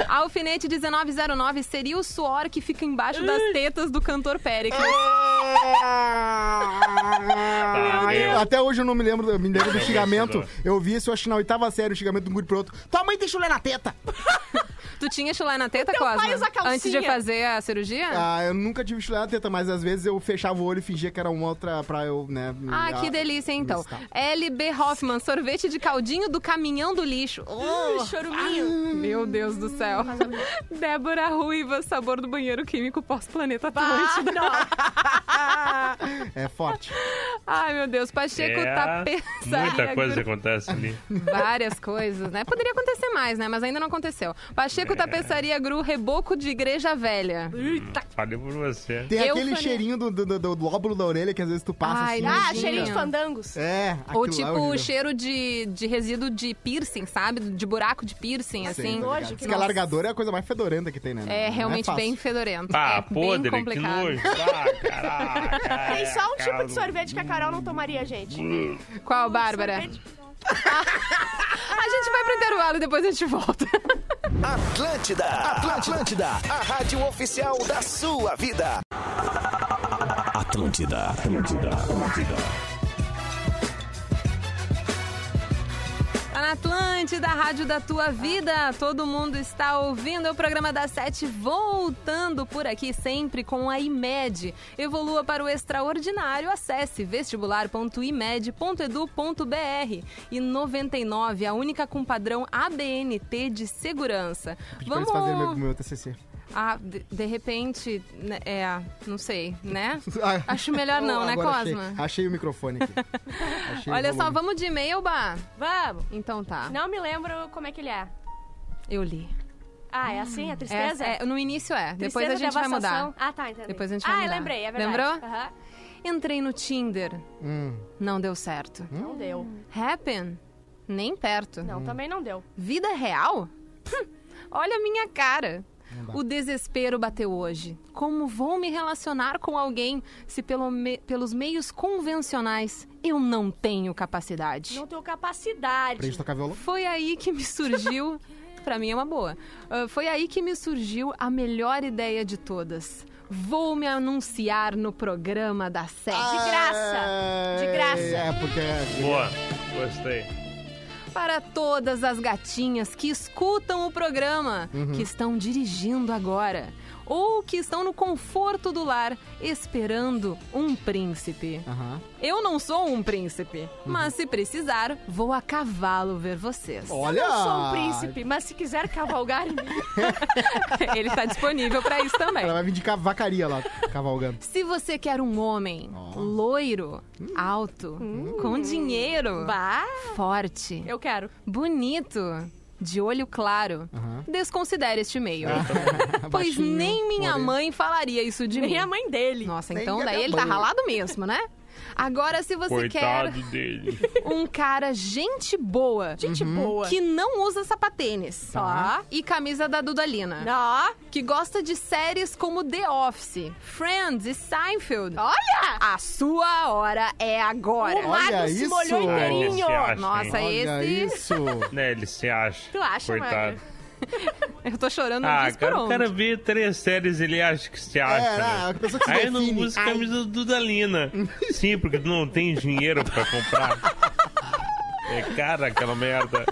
Speaker 3: Alfinete 1909 seria o suor que fica embaixo das tetas do cantor Péricles.
Speaker 8: É.
Speaker 4: Ah, eu- Até hoje eu não me lembro, eu me lembro do
Speaker 7: Realmente,
Speaker 4: xingamento.
Speaker 7: não.
Speaker 4: Eu vi isso, eu acho que na oitava série, o xingamento de um grupo pro outro. Tua mãe tem chulé na teta!
Speaker 3: Tu tinha chulé na teta,
Speaker 8: O teu pai
Speaker 3: Cosma?
Speaker 8: usa calcinha.
Speaker 3: Antes de fazer a cirurgia?
Speaker 4: Ah, eu nunca tive chulé na teta, mas às vezes eu fechava o olho e fingia que era uma outra pra eu, né? me-
Speaker 3: Ah,
Speaker 4: a-
Speaker 3: que delícia, hein, então.
Speaker 4: Está.
Speaker 3: LB Hoffman, sorvete de caldinho do caminhão do lixo. Oh,
Speaker 8: Hum, choruminho. Hum,
Speaker 3: meu Deus do céu. Débora Ruiva, sabor do banheiro químico pós-planeta
Speaker 8: Ah,
Speaker 3: Atlântida.
Speaker 8: não.
Speaker 4: É forte.
Speaker 3: Ai, meu Deus, Pacheco
Speaker 7: É,
Speaker 3: tá pensando.
Speaker 7: muita coisa acontece ali.
Speaker 3: Várias coisas, né? Poderia acontecer mais, né? Mas ainda não aconteceu.
Speaker 7: É.
Speaker 3: Pacheco Tapeçaria Gru, reboco de igreja velha.
Speaker 7: Hum, Falei por você.
Speaker 4: Tem
Speaker 3: Eu
Speaker 4: aquele
Speaker 3: faria-
Speaker 4: cheirinho do, do, do- do lóbulo da orelha que às vezes tu passa
Speaker 3: Ai,
Speaker 4: assim.
Speaker 3: não.
Speaker 8: Ah,
Speaker 3: Imagina.
Speaker 8: cheirinho de fandangos.
Speaker 4: É,
Speaker 3: Ou
Speaker 4: aquilo lá é
Speaker 3: tipo o
Speaker 4: horrível.
Speaker 3: cheiro de, de resíduo de piercing, sabe? De buraco de piercing, assim.
Speaker 4: Sim, tá ligado?
Speaker 8: nojo,
Speaker 4: Diz que
Speaker 8: nossa.
Speaker 4: a largadora é a coisa mais fedorenta que tem, né? Não
Speaker 3: É realmente
Speaker 4: fácil.
Speaker 3: bem fedorento.
Speaker 7: Ah,
Speaker 3: é
Speaker 7: podre, que
Speaker 3: bem complicado.
Speaker 7: nojo. Ah, caraca.
Speaker 8: Tem só um tipo
Speaker 7: cara.
Speaker 8: de sorvete que a Carol não tomaria, gente. Um
Speaker 3: Qual, Bárbara?
Speaker 8: Sorvete-
Speaker 3: A gente vai pro intervalo e depois a gente volta.
Speaker 1: Atlântida, Atlântida, a rádio oficial da sua vida. Atlântida, Atlântida, Atlântida.
Speaker 3: Tá na Atlântida, a rádio da tua vida. Todo mundo está ouvindo É o programa da Sete, voltando por aqui sempre com a IMED. Evolua para o extraordinário, acesse vestibular.imed.edu.br. E 99, a única com padrão ABNT de segurança.
Speaker 4: Pedi pra
Speaker 3: Vamos...
Speaker 4: eles fazerem meu, meu TCC.
Speaker 3: Ah, de, de repente, né, é, não sei, né?
Speaker 4: Ah,
Speaker 3: Acho melhor não, né,
Speaker 4: agora achei-
Speaker 3: Cosma?
Speaker 4: Achei, o microfone aqui. Achei o
Speaker 3: Olha só,
Speaker 4: volume.
Speaker 3: vamos de e-mail, Bah?
Speaker 8: Vamos.
Speaker 3: Então tá,
Speaker 8: Não me lembro como é que ele é.
Speaker 3: eu li.
Speaker 8: Ah, é assim? É
Speaker 3: É,
Speaker 8: tristeza?
Speaker 3: é, no início é, depois
Speaker 8: Tristeza,
Speaker 3: a gente vai
Speaker 8: devastação.
Speaker 3: mudar.
Speaker 8: Ah, tá, entendi.
Speaker 3: Depois a gente vai
Speaker 8: ah,
Speaker 3: mudar.
Speaker 8: Ah, lembrei, é verdade.
Speaker 3: Lembrou?
Speaker 8: Aham.
Speaker 3: Entrei no Tinder,
Speaker 4: Hum,
Speaker 3: não deu certo.
Speaker 8: Não deu.
Speaker 3: Happen? Nem perto.
Speaker 4: Hum.
Speaker 8: Não, também não deu.
Speaker 3: Vida real? Hum, Olha a minha cara.
Speaker 4: dá.
Speaker 3: O desespero bateu hoje. Como vou me relacionar com alguém se pelo me- pelos meios convencionais eu não tenho capacidade?
Speaker 8: Não deu capacidade.
Speaker 4: pra gente tocar violão.
Speaker 3: Foi aí que me surgiu. Pra mim é uma boa. Ah, foi aí que me surgiu a melhor ideia de todas. Vou me anunciar no programa da sede.
Speaker 8: de graça. De graça.
Speaker 4: É, porque... é-
Speaker 7: Boa, gostei.
Speaker 3: Para todas as gatinhas que escutam o programa,
Speaker 4: Uhum.
Speaker 3: que estão dirigindo agora, ou que estão no conforto do lar esperando um príncipe.
Speaker 4: Aham. Uhum.
Speaker 3: Eu não sou um príncipe, mas se precisar, vou a cavalo ver vocês.
Speaker 4: Olha!
Speaker 8: Eu sou um príncipe, mas se quiser cavalgar em mim,
Speaker 3: Ele está disponível para isso também.
Speaker 4: Ela vai vir de cavacaria lá, cavalgando.
Speaker 3: Se você quer um homem loiro,
Speaker 4: Hum.
Speaker 3: alto, com dinheiro,
Speaker 8: bah,
Speaker 3: forte,
Speaker 8: eu quero.
Speaker 3: bonito, de olho claro,
Speaker 4: Aham. É.
Speaker 3: desconsidere este e-mail. pois
Speaker 4: Baixinho,
Speaker 3: nem minha
Speaker 4: moreno.
Speaker 3: mãe falaria isso de
Speaker 8: Nem a
Speaker 3: mim.
Speaker 8: mãe dele.
Speaker 3: Nossa,
Speaker 4: Nem
Speaker 3: então
Speaker 4: a
Speaker 3: daí
Speaker 4: minha
Speaker 3: ele tá
Speaker 4: mãe.
Speaker 3: ralado mesmo, né? Agora, se você
Speaker 7: Coitado dele.
Speaker 3: quer um cara gente boa,
Speaker 8: Gente
Speaker 7: Uhum.
Speaker 8: boa.
Speaker 3: que não usa sapatênis
Speaker 8: Tá.
Speaker 3: e camisa da Dudalina
Speaker 8: Ó,
Speaker 3: que gosta de séries como The Office, Friends e Seinfeld.
Speaker 8: Olha!
Speaker 3: A sua hora é agora.
Speaker 8: O Marcos
Speaker 4: Olha
Speaker 8: se
Speaker 4: isso!
Speaker 8: molhou
Speaker 7: Ah, ele
Speaker 8: inteirinho.
Speaker 7: se acha,
Speaker 3: Nossa,
Speaker 7: hein?
Speaker 4: Olha
Speaker 3: esse.
Speaker 4: isso!
Speaker 7: Né, ele se acha.
Speaker 8: Tu acha,
Speaker 7: Coitado.
Speaker 8: Magro?
Speaker 3: Eu tô chorando
Speaker 7: Ah,
Speaker 3: disso por
Speaker 7: cara, o
Speaker 3: onde.
Speaker 7: cara vê três séries ele acha que se acha.
Speaker 3: É,
Speaker 7: né?
Speaker 3: ah, a pessoa que se
Speaker 7: Aí não
Speaker 3: define.
Speaker 7: usa a
Speaker 3: Ai.
Speaker 7: camisa do Dudalina. Sim, porque tu não tem dinheiro pra comprar. É cara aquela merda.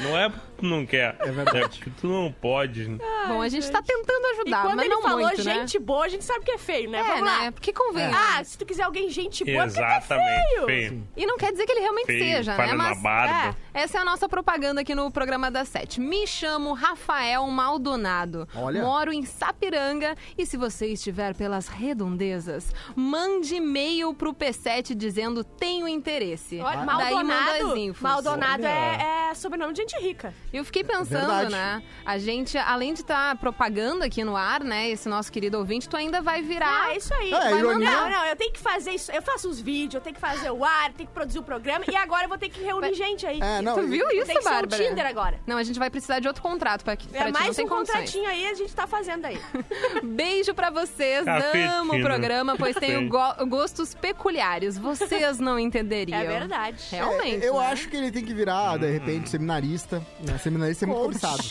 Speaker 7: Não é porque tu não quer. É verdade. porque tu não pode.
Speaker 3: Bom, a gente tá tentando ajudar,
Speaker 8: E quando
Speaker 3: mas
Speaker 8: ele
Speaker 3: não
Speaker 8: falou
Speaker 3: muito, né?
Speaker 8: gente boa, a gente sabe que é feio, né?
Speaker 3: É,
Speaker 8: Vamos
Speaker 3: né?
Speaker 8: lá.
Speaker 3: Porque convém.
Speaker 8: Ah, se tu quiser alguém gente boa, é porque tu é
Speaker 7: Exatamente, feio.
Speaker 3: E não quer dizer que ele realmente
Speaker 7: Feio,
Speaker 3: seja, né?
Speaker 7: falha na
Speaker 3: Mas
Speaker 7: barba.
Speaker 3: é, essa é a nossa propaganda aqui no programa das sete. Me chamo Rafael Maldonado.
Speaker 12: Olha.
Speaker 3: Moro em Sapiranga e se você estiver pelas redondezas, mande e-mail pro P7 dizendo tenho interesse.
Speaker 8: Olha,
Speaker 3: Daí assim. manda as
Speaker 8: Maldonado,
Speaker 3: infos.
Speaker 8: Maldonado é, é sobrenome de gente rica.
Speaker 3: Eu fiquei pensando,
Speaker 8: Verdade.
Speaker 3: né? A gente, além de estar propagando aqui no ar, né? Esse nosso querido ouvinte, tu ainda vai virar.
Speaker 8: Ah, isso aí.
Speaker 4: é
Speaker 3: vai
Speaker 8: Não,
Speaker 3: mandar.
Speaker 8: não, eu tenho que fazer isso. Eu faço os vídeos, eu tenho que fazer o ar, tenho que produzir o programa e agora eu vou ter que reunir gente aí.
Speaker 4: É,
Speaker 3: tu viu isso,
Speaker 8: É, Tem que ser um
Speaker 3: Bárbara?
Speaker 8: Tinder agora.
Speaker 3: Não, a gente vai precisar de outro contrato pra, pra
Speaker 8: É
Speaker 3: ti, não
Speaker 8: mais
Speaker 3: tem
Speaker 8: um
Speaker 3: condições.
Speaker 8: contratinho aí, a gente tá fazendo aí.
Speaker 3: Beijo pra vocês.
Speaker 8: Cafetina.
Speaker 7: né?
Speaker 3: Amo o programa, pois tenho
Speaker 8: Sim.
Speaker 3: go- gostos peculiares. Vocês não entenderiam.
Speaker 8: É verdade.
Speaker 3: Realmente.
Speaker 4: É, eu
Speaker 3: né?
Speaker 4: acho que ele tem que virar, de repente, seminarista. né? Seminarista é muito complicado.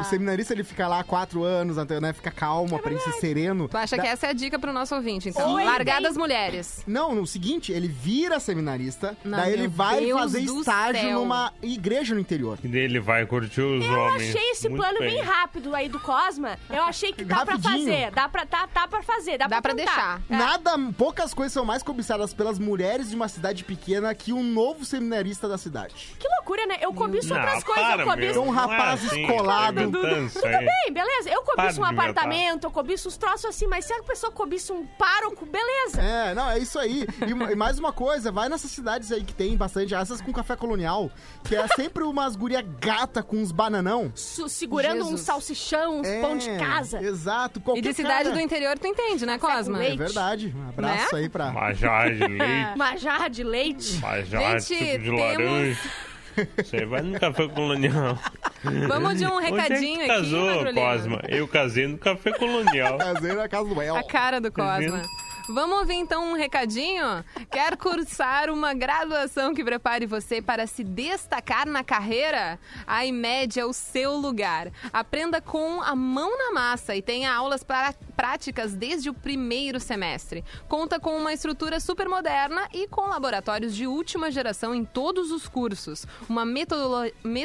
Speaker 4: O seminarista, ele fica lá quatro anos, até, né? Fica calmo, aprende a ser sereno.
Speaker 3: É Tu acha que essa é a dica pro nosso ouvinte, então? Largar das mulheres.
Speaker 4: Não, no seguinte, ele vira seminarista,
Speaker 3: Não,
Speaker 4: daí ele
Speaker 3: meu
Speaker 4: vai
Speaker 3: Deus
Speaker 4: fazer
Speaker 3: do
Speaker 4: estágio
Speaker 3: céu.
Speaker 4: numa igreja no interior.
Speaker 7: E daí ele vai curtir os
Speaker 8: Eu
Speaker 7: homens.
Speaker 8: achei esse
Speaker 7: Muito
Speaker 8: plano bem
Speaker 7: bem
Speaker 8: rápido aí do Cosma. Eu achei que dá pra
Speaker 4: Rapidinho.
Speaker 8: fazer. Dá pra, tá, tá pra fazer. Dá, pra, tentar. É.
Speaker 4: Nada, poucas coisas são mais cobiçadas pelas mulheres de uma cidade pequena que um novo seminarista da cidade.
Speaker 8: Que loucura, né? Eu cobiço
Speaker 4: Não,
Speaker 8: outras
Speaker 4: para,
Speaker 8: coisas. eu
Speaker 4: meu.
Speaker 8: cobiço...
Speaker 4: Um rapaz Não é assim, escolado. tá inventando isso
Speaker 8: Tudo
Speaker 4: aí.
Speaker 8: bem, beleza. Eu
Speaker 4: Para de
Speaker 8: cobiço um
Speaker 4: inventar.
Speaker 8: apartamento, eu cobiço uns troços assim, mas se a pessoa cobiça um pároco, beleza.
Speaker 4: É, não, é isso aí. E, ma- e mais uma coisa, vai nessas cidades aí que tem bastante, essas com café colonial, que é sempre umas guria gata com uns bananão.
Speaker 8: Su- Segurando um
Speaker 4: Jesus.
Speaker 8: salsichão, uns pão de
Speaker 4: É,
Speaker 8: casa.
Speaker 4: Exato.
Speaker 3: E
Speaker 4: Qualquer
Speaker 3: de cidade
Speaker 4: cara-
Speaker 3: do interior tu entende, né, Cosma? Né?
Speaker 4: É verdade. Um
Speaker 8: Né?
Speaker 4: abraço aí pra...
Speaker 7: Majade, leite.
Speaker 8: Uma jarra de leite.
Speaker 7: Majade, suco de laranja. Você vai no café colonial.
Speaker 3: Vamos de um
Speaker 7: Onde é que
Speaker 3: recadinho aqui,
Speaker 7: casou,
Speaker 3: Madrulina?
Speaker 7: Cosma? Eu casei no café colonial.
Speaker 4: Casei na casa do El.
Speaker 3: A cara do Cosma.
Speaker 7: Tá vendo?
Speaker 3: Vamos ouvir então um recadinho? Quer cursar uma graduação que prepare você para se destacar na carreira? A IMED é o seu lugar. Aprenda com a mão na massa e tenha aulas pra- práticas desde o primeiro semestre. Conta com uma estrutura super moderna e com laboratórios de última geração em todos os cursos. Uma metodolo-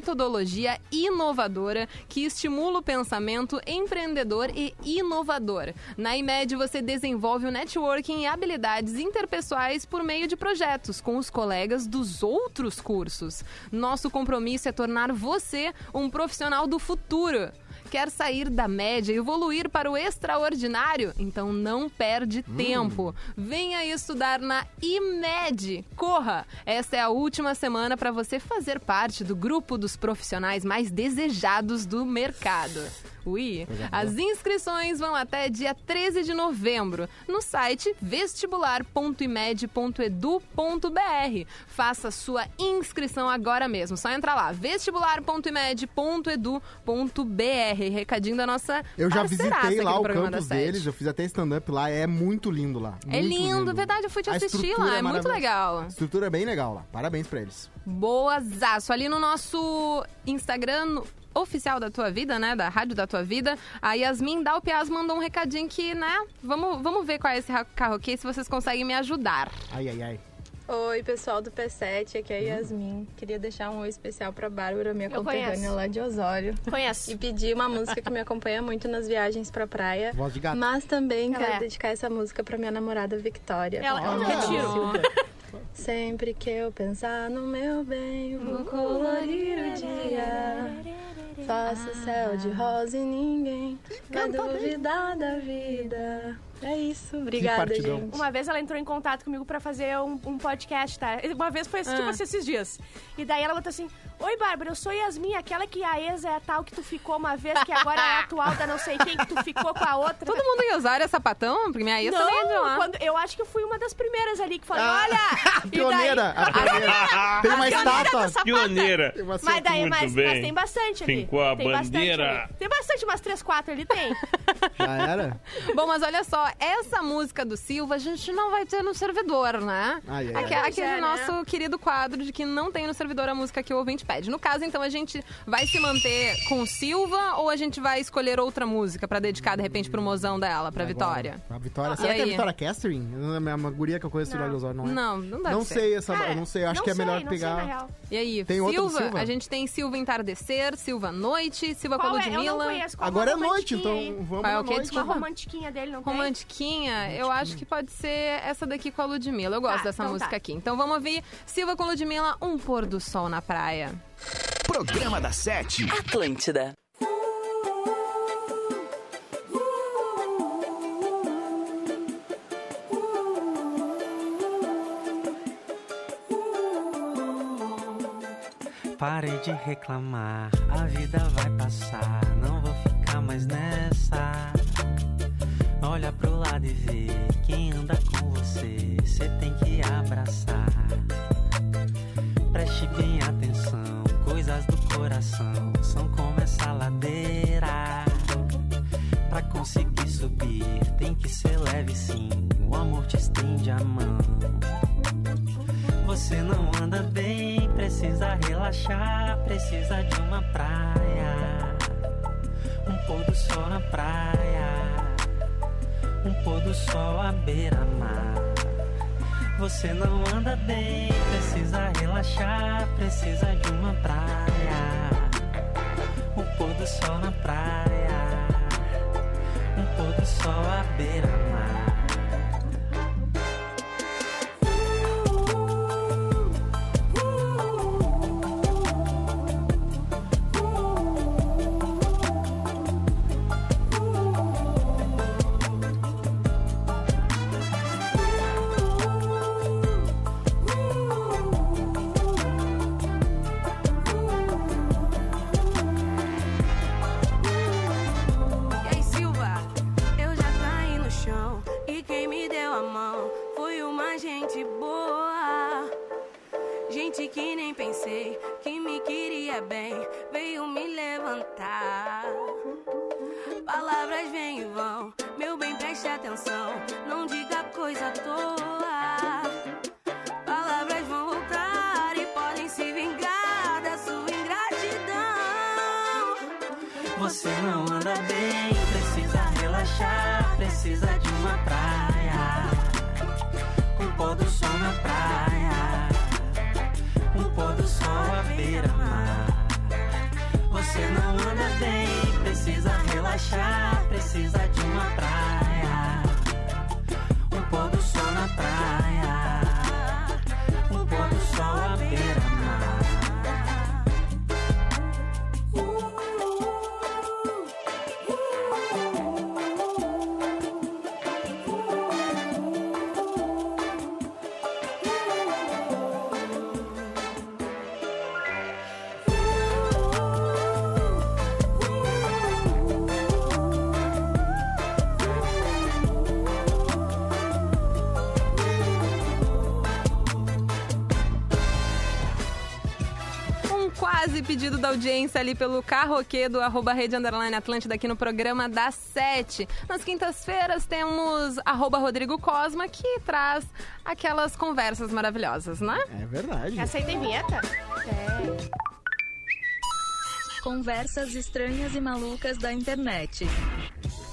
Speaker 3: metodologia inovadora que estimula o pensamento empreendedor e inovador. Na IMED, você desenvolve o networking e habilidades interpessoais por meio de projetos com os colegas dos outros cursos. Nosso compromisso é tornar você um profissional do futuro. Quer sair da média e evoluir para o extraordinário? Então não perde tempo. Venha estudar na IMED. Corra! Esta é a última semana para você fazer parte do grupo dos profissionais mais desejados do mercado. Ui! As inscrições vão até dia 13 de novembro no site vestibular.imed.edu.br. Faça sua inscrição agora mesmo. Só entra lá, vestibular.imed.edu.br. Recadinho da nossa
Speaker 4: Eu já
Speaker 3: parceiraça
Speaker 4: visitei
Speaker 3: aqui
Speaker 4: lá
Speaker 3: é do
Speaker 4: o
Speaker 3: programa
Speaker 4: campus
Speaker 3: da Sete.
Speaker 4: deles, eu fiz até stand-up lá, é muito lindo lá.
Speaker 3: É
Speaker 4: muito
Speaker 3: lindo, verdade, eu fui te
Speaker 4: A
Speaker 3: assistir
Speaker 4: estrutura
Speaker 3: lá, é muito
Speaker 4: maravilhosa.
Speaker 3: legal.
Speaker 4: A estrutura é bem legal lá, parabéns pra eles.
Speaker 3: Boazaço. Ali no nosso Instagram no- oficial da tua vida, né? Da Rádio da Tua Vida, a Yasmin Dalpiaz mandou um recadinho que, né? Vamos, vamos ver qual é esse ra- carro aqui, se vocês conseguem me ajudar.
Speaker 4: Ai, ai, ai.
Speaker 14: Oi, pessoal do P7, aqui é a Yasmin. Queria deixar um oi especial pra Bárbara, minha
Speaker 8: Eu
Speaker 14: conterrânea
Speaker 8: conheço.
Speaker 14: lá de Osório.
Speaker 8: Conheço.
Speaker 14: E pedir uma música que me acompanha muito nas viagens pra praia.
Speaker 4: Voz de gato.
Speaker 14: Mas também
Speaker 8: Ela
Speaker 14: quero
Speaker 8: é.
Speaker 14: dedicar essa música pra minha namorada Victoria.
Speaker 8: Ela- ela
Speaker 14: Olha.
Speaker 8: retiro.
Speaker 14: Sempre que eu pensar no meu bem, vou colorir o dia. Faço céu de rosa e ninguém vai duvidar da vida. É isso, obrigada, gente.
Speaker 8: Uma vez ela entrou em contato comigo pra fazer um, um podcast, tá? Uma vez foi tipo
Speaker 14: Ah.
Speaker 8: assim, esses dias. E daí ela botou assim: Oi, Bárbara, eu sou Yasmin, aquela que a ex é a tal que tu ficou uma vez, que agora é a atual da não sei quem, que tu ficou com a outra.
Speaker 3: Todo mundo em Osório é sapatão? Porque minha ex também é de lá.
Speaker 8: não, quando, eu acho que eu fui uma das primeiras ali que falei,
Speaker 3: Ah.
Speaker 8: olha! e daí-
Speaker 4: Pioneira, a pioneira. Tem uma
Speaker 8: A pioneira
Speaker 4: estátua.
Speaker 8: do sapato.
Speaker 7: Pioneira.
Speaker 8: Mas daí,
Speaker 7: Muito
Speaker 8: mas,
Speaker 7: bem.
Speaker 8: mas tem bastante ali.
Speaker 7: Fincou a
Speaker 8: tem bastante
Speaker 7: bandeira.
Speaker 8: ali. Tem bastante, umas três, quatro ali, tem.
Speaker 4: Já era?
Speaker 3: Bom, mas olha só, essa música do Silva a gente não vai ter no servidor, né?
Speaker 4: Ai, ai, ai.
Speaker 3: Aque- Aquele,
Speaker 8: Pois é, né?
Speaker 3: nosso querido quadro de que não tem no servidor a música que o ouvinte pede. No caso, então, a gente vai se manter com o Silva ou a gente vai escolher outra música pra dedicar, de repente, pro mozão dela,
Speaker 4: Tá
Speaker 3: pra Vitória?
Speaker 4: A Vitória.
Speaker 3: Ah,
Speaker 4: Será
Speaker 3: e
Speaker 4: que é a
Speaker 3: aí?
Speaker 4: Vitória Catherine? É uma guria que eu conheço do Lago Osório, não é?
Speaker 3: Não, não deve
Speaker 4: Não
Speaker 3: ser.
Speaker 4: sei essa. não sei, eu acho que é melhor pegar.
Speaker 3: E aí,
Speaker 4: Tem outra do
Speaker 3: Silva?
Speaker 4: Silva?
Speaker 3: A gente tem Silva Entardecer, Silva Noite, Silva
Speaker 8: Qual é? Eu
Speaker 3: Coludmila.
Speaker 8: não conheço. Qual
Speaker 4: Agora é
Speaker 8: uma
Speaker 4: noite,
Speaker 8: romantiquinha
Speaker 4: então
Speaker 8: aí?
Speaker 4: vamos
Speaker 3: Qual é
Speaker 4: à
Speaker 3: o quê?
Speaker 4: noite.
Speaker 8: Uma
Speaker 3: Desculpa.
Speaker 8: romantiquinha dele, não
Speaker 3: Então,
Speaker 8: tem?
Speaker 3: Romantiquinha, eu acho que pode ser essa daqui com a Ludmilla. Eu gosto
Speaker 8: Ah,
Speaker 3: dessa
Speaker 8: então
Speaker 3: música
Speaker 8: tá.
Speaker 3: aqui. Então vamos ouvir Silva com Ludmilla, Um Pôr do Sol na Praia.
Speaker 1: Programa da Sete.
Speaker 12: Atlântida.
Speaker 15: Parei de reclamar, a vida vai passar, não vou ficar mais nessa. Olha pro lado e vê quem anda com você, você tem que abraçar. Preste bem atenção, coisas do coração são como essa ladeira. Pra conseguir subir, tem que ser leve sim, o amor te estende a mão. Você não anda bem, precisa relaxar, precisa de uma praia. Um pôr do sol na praia. Um pôr do sol à beira-mar. Você não anda bem, precisa relaxar, precisa de uma praia. Um pôr do sol na praia. Um pôr do sol à beira-mar.
Speaker 16: E aí, Silva, eu já caí no chão. E quem me deu a mão foi uma gente boa. Gente que nem pensei que me queria bem, veio me levantar. Palavras vêm e vão, meu bem, preste atenção. Não diga coisa à toa. Palavras vão voltar e podem se vingar da sua ingratidão.
Speaker 15: Você não anda bem, precisa relaxar, precisa de uma praia. Um pôr do sol na praia, um pôr do sol à beira-mar. Você não anda bem, precisa relaxar, precisa de uma praia. Um pôr do sol na praia, um pôr do sol à beira-mar.
Speaker 3: Um quase pedido da audiência ali pelo carroquê do arroba rede underline Atlântida aqui no programa das sete. Nas quintas-feiras temos arroba Rodrigo Cosma que traz aquelas conversas maravilhosas, né?
Speaker 4: É verdade.
Speaker 8: Essa aí tem vinheta?
Speaker 17: Conversas estranhas e malucas da internet.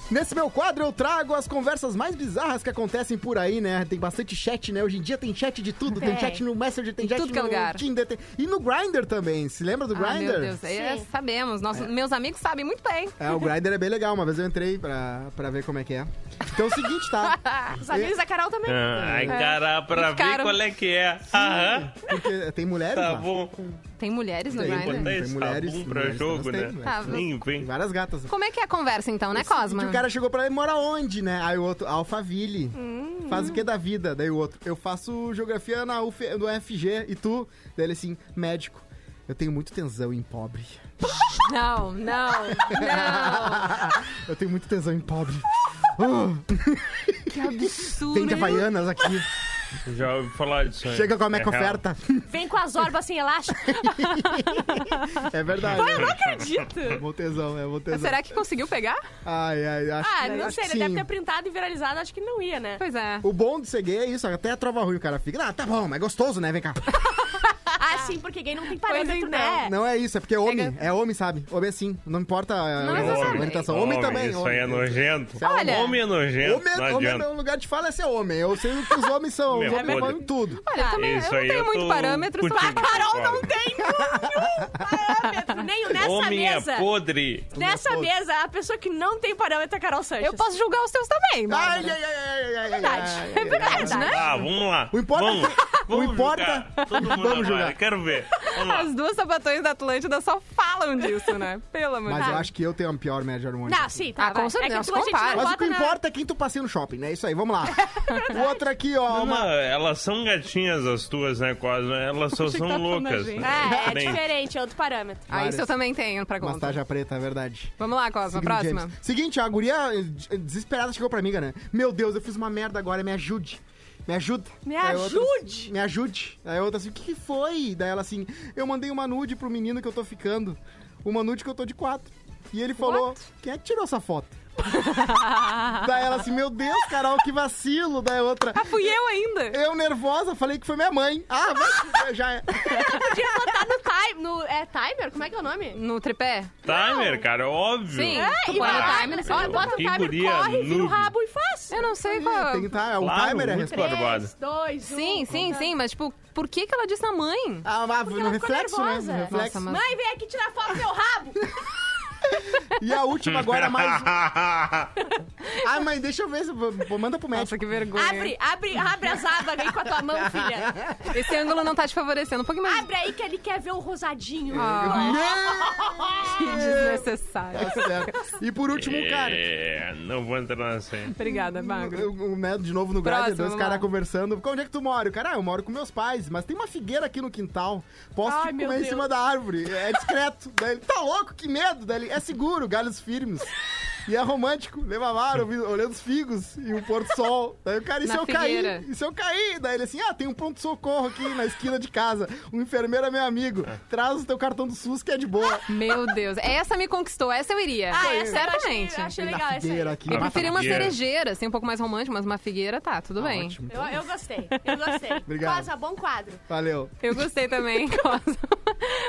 Speaker 4: Nesse meu quadro eu trago as conversas mais bizarras que acontecem por aí, né? Tem bastante chat, né? Hoje em dia tem chat de tudo. Tem
Speaker 3: Tem.
Speaker 4: chat no Messenger, tem
Speaker 3: É. Em
Speaker 4: chat
Speaker 3: tudo que é
Speaker 4: no
Speaker 3: lugar.
Speaker 4: Tinder. tem- E no Grindr também. Se lembra do
Speaker 3: Ah,
Speaker 4: Grindr?
Speaker 3: meu Deus, é, sabemos. Nossos, Meus amigos sabem muito bem.
Speaker 4: É, o Grindr é bem legal. Uma vez eu entrei pra, pra ver como é que é. Então é o seguinte, tá?
Speaker 8: Os amigos da Carol também.
Speaker 7: Ah, ai,
Speaker 4: É.
Speaker 7: cara, pra ver
Speaker 4: Ficaram.
Speaker 7: qual é que é. Aham.
Speaker 4: Porque tem mulheres
Speaker 7: Tá
Speaker 4: lá.
Speaker 7: bom.
Speaker 3: Tem mulheres no né?
Speaker 7: Tem,
Speaker 3: Grindr?
Speaker 7: tem mulheres,
Speaker 4: mulheres,
Speaker 7: pra
Speaker 4: mulheres
Speaker 7: jogo,
Speaker 4: também
Speaker 7: né?
Speaker 4: tem,
Speaker 3: Tá, mas-
Speaker 7: Sim, vem.
Speaker 4: Várias gatas.
Speaker 3: Como é que é a conversa então, né,
Speaker 4: E
Speaker 3: Cosma?
Speaker 4: o cara chegou pra ele, mora onde, né? Aí o outro, Alphaville.
Speaker 3: Hum.
Speaker 4: Faz o que da vida? Daí o outro, eu faço geografia na UF, no FG. E tu? Daí ele assim, médico. Eu tenho muito tesão em pobre.
Speaker 3: Não, não, não.
Speaker 4: eu tenho muito tesão em pobre. Ah,
Speaker 3: Que absurdo.
Speaker 4: tem
Speaker 8: né?
Speaker 4: de Havaianas aqui.
Speaker 7: Já ouvi falar disso. aí. É
Speaker 4: Chega com a Mac
Speaker 7: real.
Speaker 4: oferta.
Speaker 8: Vem com as orbas sem elástico.
Speaker 4: É verdade.
Speaker 8: Pô, eu não acredito.
Speaker 4: É bom tesão, é bom tesão.
Speaker 3: Será que conseguiu pegar?
Speaker 4: Ai, ai, acho
Speaker 8: ah,
Speaker 4: que- é assim.
Speaker 8: não
Speaker 4: acho
Speaker 8: sei,
Speaker 4: que
Speaker 8: ele
Speaker 4: sim.
Speaker 8: deve ter printado e viralizado, acho que não ia, né?
Speaker 3: Pois é.
Speaker 4: O bom de ser gay é isso, até a trova ruim o cara fica. Ah, tá bom, mas é gostoso, né? Vem cá.
Speaker 8: Ah, assim, porque gay não tem parâmetro, né?
Speaker 4: Não é isso, é porque é homem. É homem, sabe? Homem é assim. Não importa
Speaker 7: É
Speaker 4: a
Speaker 8: Não
Speaker 4: orientação.
Speaker 8: necessariamente.
Speaker 4: orientação. Homem, também.
Speaker 7: um Isso
Speaker 4: homem.
Speaker 7: aí é nojento.
Speaker 4: Isso é Olha-
Speaker 7: homem é nojento.
Speaker 4: Homem,
Speaker 7: não
Speaker 4: é- homem é
Speaker 7: adianta.
Speaker 4: um lugar de fala é ser homem. Eu sei o que os homens são.
Speaker 7: Meu
Speaker 4: Os homens
Speaker 7: podre.
Speaker 4: falam tudo.
Speaker 3: Olha, eu também
Speaker 7: Isso
Speaker 3: eu não
Speaker 7: aí
Speaker 3: tenho
Speaker 7: eu
Speaker 3: muito
Speaker 7: tô
Speaker 3: parâmetro. só-
Speaker 7: contigo,
Speaker 3: Ah, Carol
Speaker 7: concordo.
Speaker 3: não tem!
Speaker 8: Nem o nessa
Speaker 7: homem
Speaker 8: mesa.
Speaker 7: é podre.
Speaker 8: Nessa
Speaker 4: é
Speaker 8: mesa, a pessoa que não tem parâmetro é a Carol Sanches. Eu
Speaker 3: posso julgar os seus também,
Speaker 8: Bárbara.
Speaker 4: Ai, ai, ai, ai,
Speaker 8: É verdade. É verdade, né?
Speaker 7: Ah, vamos lá.
Speaker 4: O importa-
Speaker 7: vamos, vamos
Speaker 4: o importa-
Speaker 7: julgar. Todo mundo
Speaker 4: Vamos
Speaker 7: agora,
Speaker 4: julgar.
Speaker 7: Quero ver.
Speaker 3: As duas sapatões da Atlântida só falam disso, né? Pelo amor de
Speaker 4: Mas eu
Speaker 3: Deus.
Speaker 4: acho que eu tenho a pior média harmônica.
Speaker 3: Não, sim, tá, Ah, vai. com certeza,
Speaker 8: É que tu a gente não compara.
Speaker 4: Mas o que
Speaker 8: bota na-
Speaker 4: importa é quem tu passeia no shopping, né? Isso aí, vamos lá. o outro aqui, ó. uma-
Speaker 7: Não, elas são gatinhas as tuas, né? Quase. né? Elas só
Speaker 4: Achei é que
Speaker 8: tá
Speaker 7: são
Speaker 4: tava falando da
Speaker 7: loucas.
Speaker 4: gente.
Speaker 7: né?
Speaker 8: É, é
Speaker 7: Bem,
Speaker 8: diferente, é outro parâmetro.
Speaker 3: Ah, isso eu também tenho pra
Speaker 4: Uma
Speaker 3: conta.
Speaker 4: tarja preta, é verdade.
Speaker 3: Vamos lá, Cosma,
Speaker 4: Seguindo,
Speaker 3: próxima.
Speaker 4: James. Seguinte, a guria eh, de- desesperada chegou pra amiga, né? Meu Deus, eu fiz uma merda agora, me ajude. Me ajuda.
Speaker 8: Me
Speaker 4: Daí a outra-
Speaker 8: ajude!
Speaker 4: me ajude. Aí a outra assim, o que, que foi? Daí ela assim, eu mandei uma nude pro menino que eu tô ficando. Uma nude que eu tô de quatro. E ele falou, quem é que tirou essa foto? Daí ela assim, meu Deus, Carol, que vacilo. Daí a outra... Ah,
Speaker 3: fui eu ainda?
Speaker 4: Eu nervosa, falei que foi minha mãe. Ah, vai, já é.
Speaker 8: Podia botar no time. No, é timer? Como é que é o nome?
Speaker 3: No tripé?
Speaker 7: Timer, cara, óbvio.
Speaker 8: Sim, é, e
Speaker 7: Ah,
Speaker 8: bota o timer. assim, Olha, bota o
Speaker 7: que
Speaker 8: timer,
Speaker 7: guria
Speaker 8: corre, vira o
Speaker 7: noob.
Speaker 8: rabo e faz.
Speaker 3: Eu não sei qual.
Speaker 4: Tem que tá, o
Speaker 7: Claro,
Speaker 4: timer é a
Speaker 7: muito
Speaker 4: resposta.
Speaker 7: barbado.
Speaker 8: um Dois, um,
Speaker 3: Sim, sim, sim, mas tipo, por que, que ela disse na mãe?
Speaker 4: Ah, mas no reflexo, né? No reflexo.
Speaker 8: Mãe, vem aqui tirar foto do meu rabo.
Speaker 4: E a última agora, mais. Ah, mãe, deixa eu ver. se- vou- vou- Manda pro médico. Nossa,
Speaker 3: que vergonha.
Speaker 8: Abre, abre, abre as abas aí com a tua mão, filha.
Speaker 3: Esse ângulo não tá te favorecendo. Um pouquinho mais.
Speaker 8: Abre aí que ele quer ver o rosadinho.
Speaker 4: É.
Speaker 3: Que desnecessário.
Speaker 4: Tá certo. E por último, o cara.
Speaker 7: É, não vou entrar nessa. aí.
Speaker 3: Obrigada,
Speaker 4: Eu-
Speaker 3: Magro.
Speaker 4: eu- né, de novo no
Speaker 3: Próximo,
Speaker 4: Grindr, dois
Speaker 3: vamos lá.
Speaker 4: caras conversando. Onde é que tu mora? O Cara, ah, eu moro com meus pais, mas tem uma figueira aqui no quintal. Posso
Speaker 8: Ai,
Speaker 4: te
Speaker 8: meu
Speaker 4: comer em
Speaker 8: Deus.
Speaker 4: cima da árvore. É discreto. Daí ele, tá louco? Que medo. Daí ele, é seguro, galhos firmes. E é romântico, leva mar, ouvi- olhando os figos e o porto sol. Daí o cara, e se
Speaker 3: Na
Speaker 4: eu
Speaker 3: figueira.
Speaker 4: cair? E se eu cair? Daí ele assim, ah, tem um pronto-socorro aqui na esquina de casa. Um enfermeiro é meu amigo. Traz o teu cartão do SUS que é de boa.
Speaker 3: Meu Deus. Essa me conquistou, essa eu iria.
Speaker 8: Ah, essa eu achei-
Speaker 3: certamente.
Speaker 8: achei legal essa aí.
Speaker 4: Figueira aqui.
Speaker 3: Eu preferi uma
Speaker 4: Figueira.
Speaker 3: cerejeira, assim, um pouco mais romântico, mas uma figueira tá, tudo bem.
Speaker 8: Eu, eu gostei, eu gostei.
Speaker 4: Obrigado.
Speaker 8: Rosa, bom quadro.
Speaker 4: Valeu.
Speaker 3: Eu gostei também, Cosmo.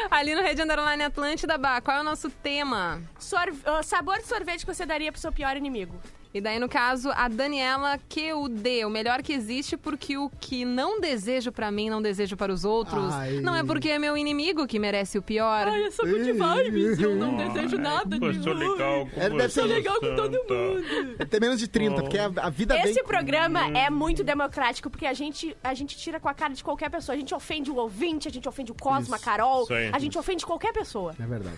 Speaker 3: Ali no Rede Underline Atlântida, Bah, qual é o nosso tema?
Speaker 8: Sor- ah, sabor de sorvete que você daria pro seu pior inimigo.
Speaker 3: E daí, no caso, a Daniela QD, o melhor que existe, porque o que não desejo pra mim, não desejo para os outros.
Speaker 8: Ai.
Speaker 3: Não é porque é meu inimigo que merece o pior. Ai,
Speaker 8: eu sou good vibes, eu não desejo nada
Speaker 7: Pô, sou legal é, com
Speaker 4: Ele É, deve
Speaker 7: você,
Speaker 4: ser legal com todo
Speaker 7: Santa.
Speaker 4: Deve ter menos de 30, porque a, a vida
Speaker 8: Esse
Speaker 4: vem-
Speaker 8: programa é muito democrático, porque a gente, a gente tira com a cara de qualquer pessoa. A gente ofende o ouvinte, a gente ofende o Cosma, a
Speaker 4: Isso.
Speaker 8: Carol.
Speaker 4: Isso aí.
Speaker 8: A gente ofende qualquer pessoa.
Speaker 4: É verdade.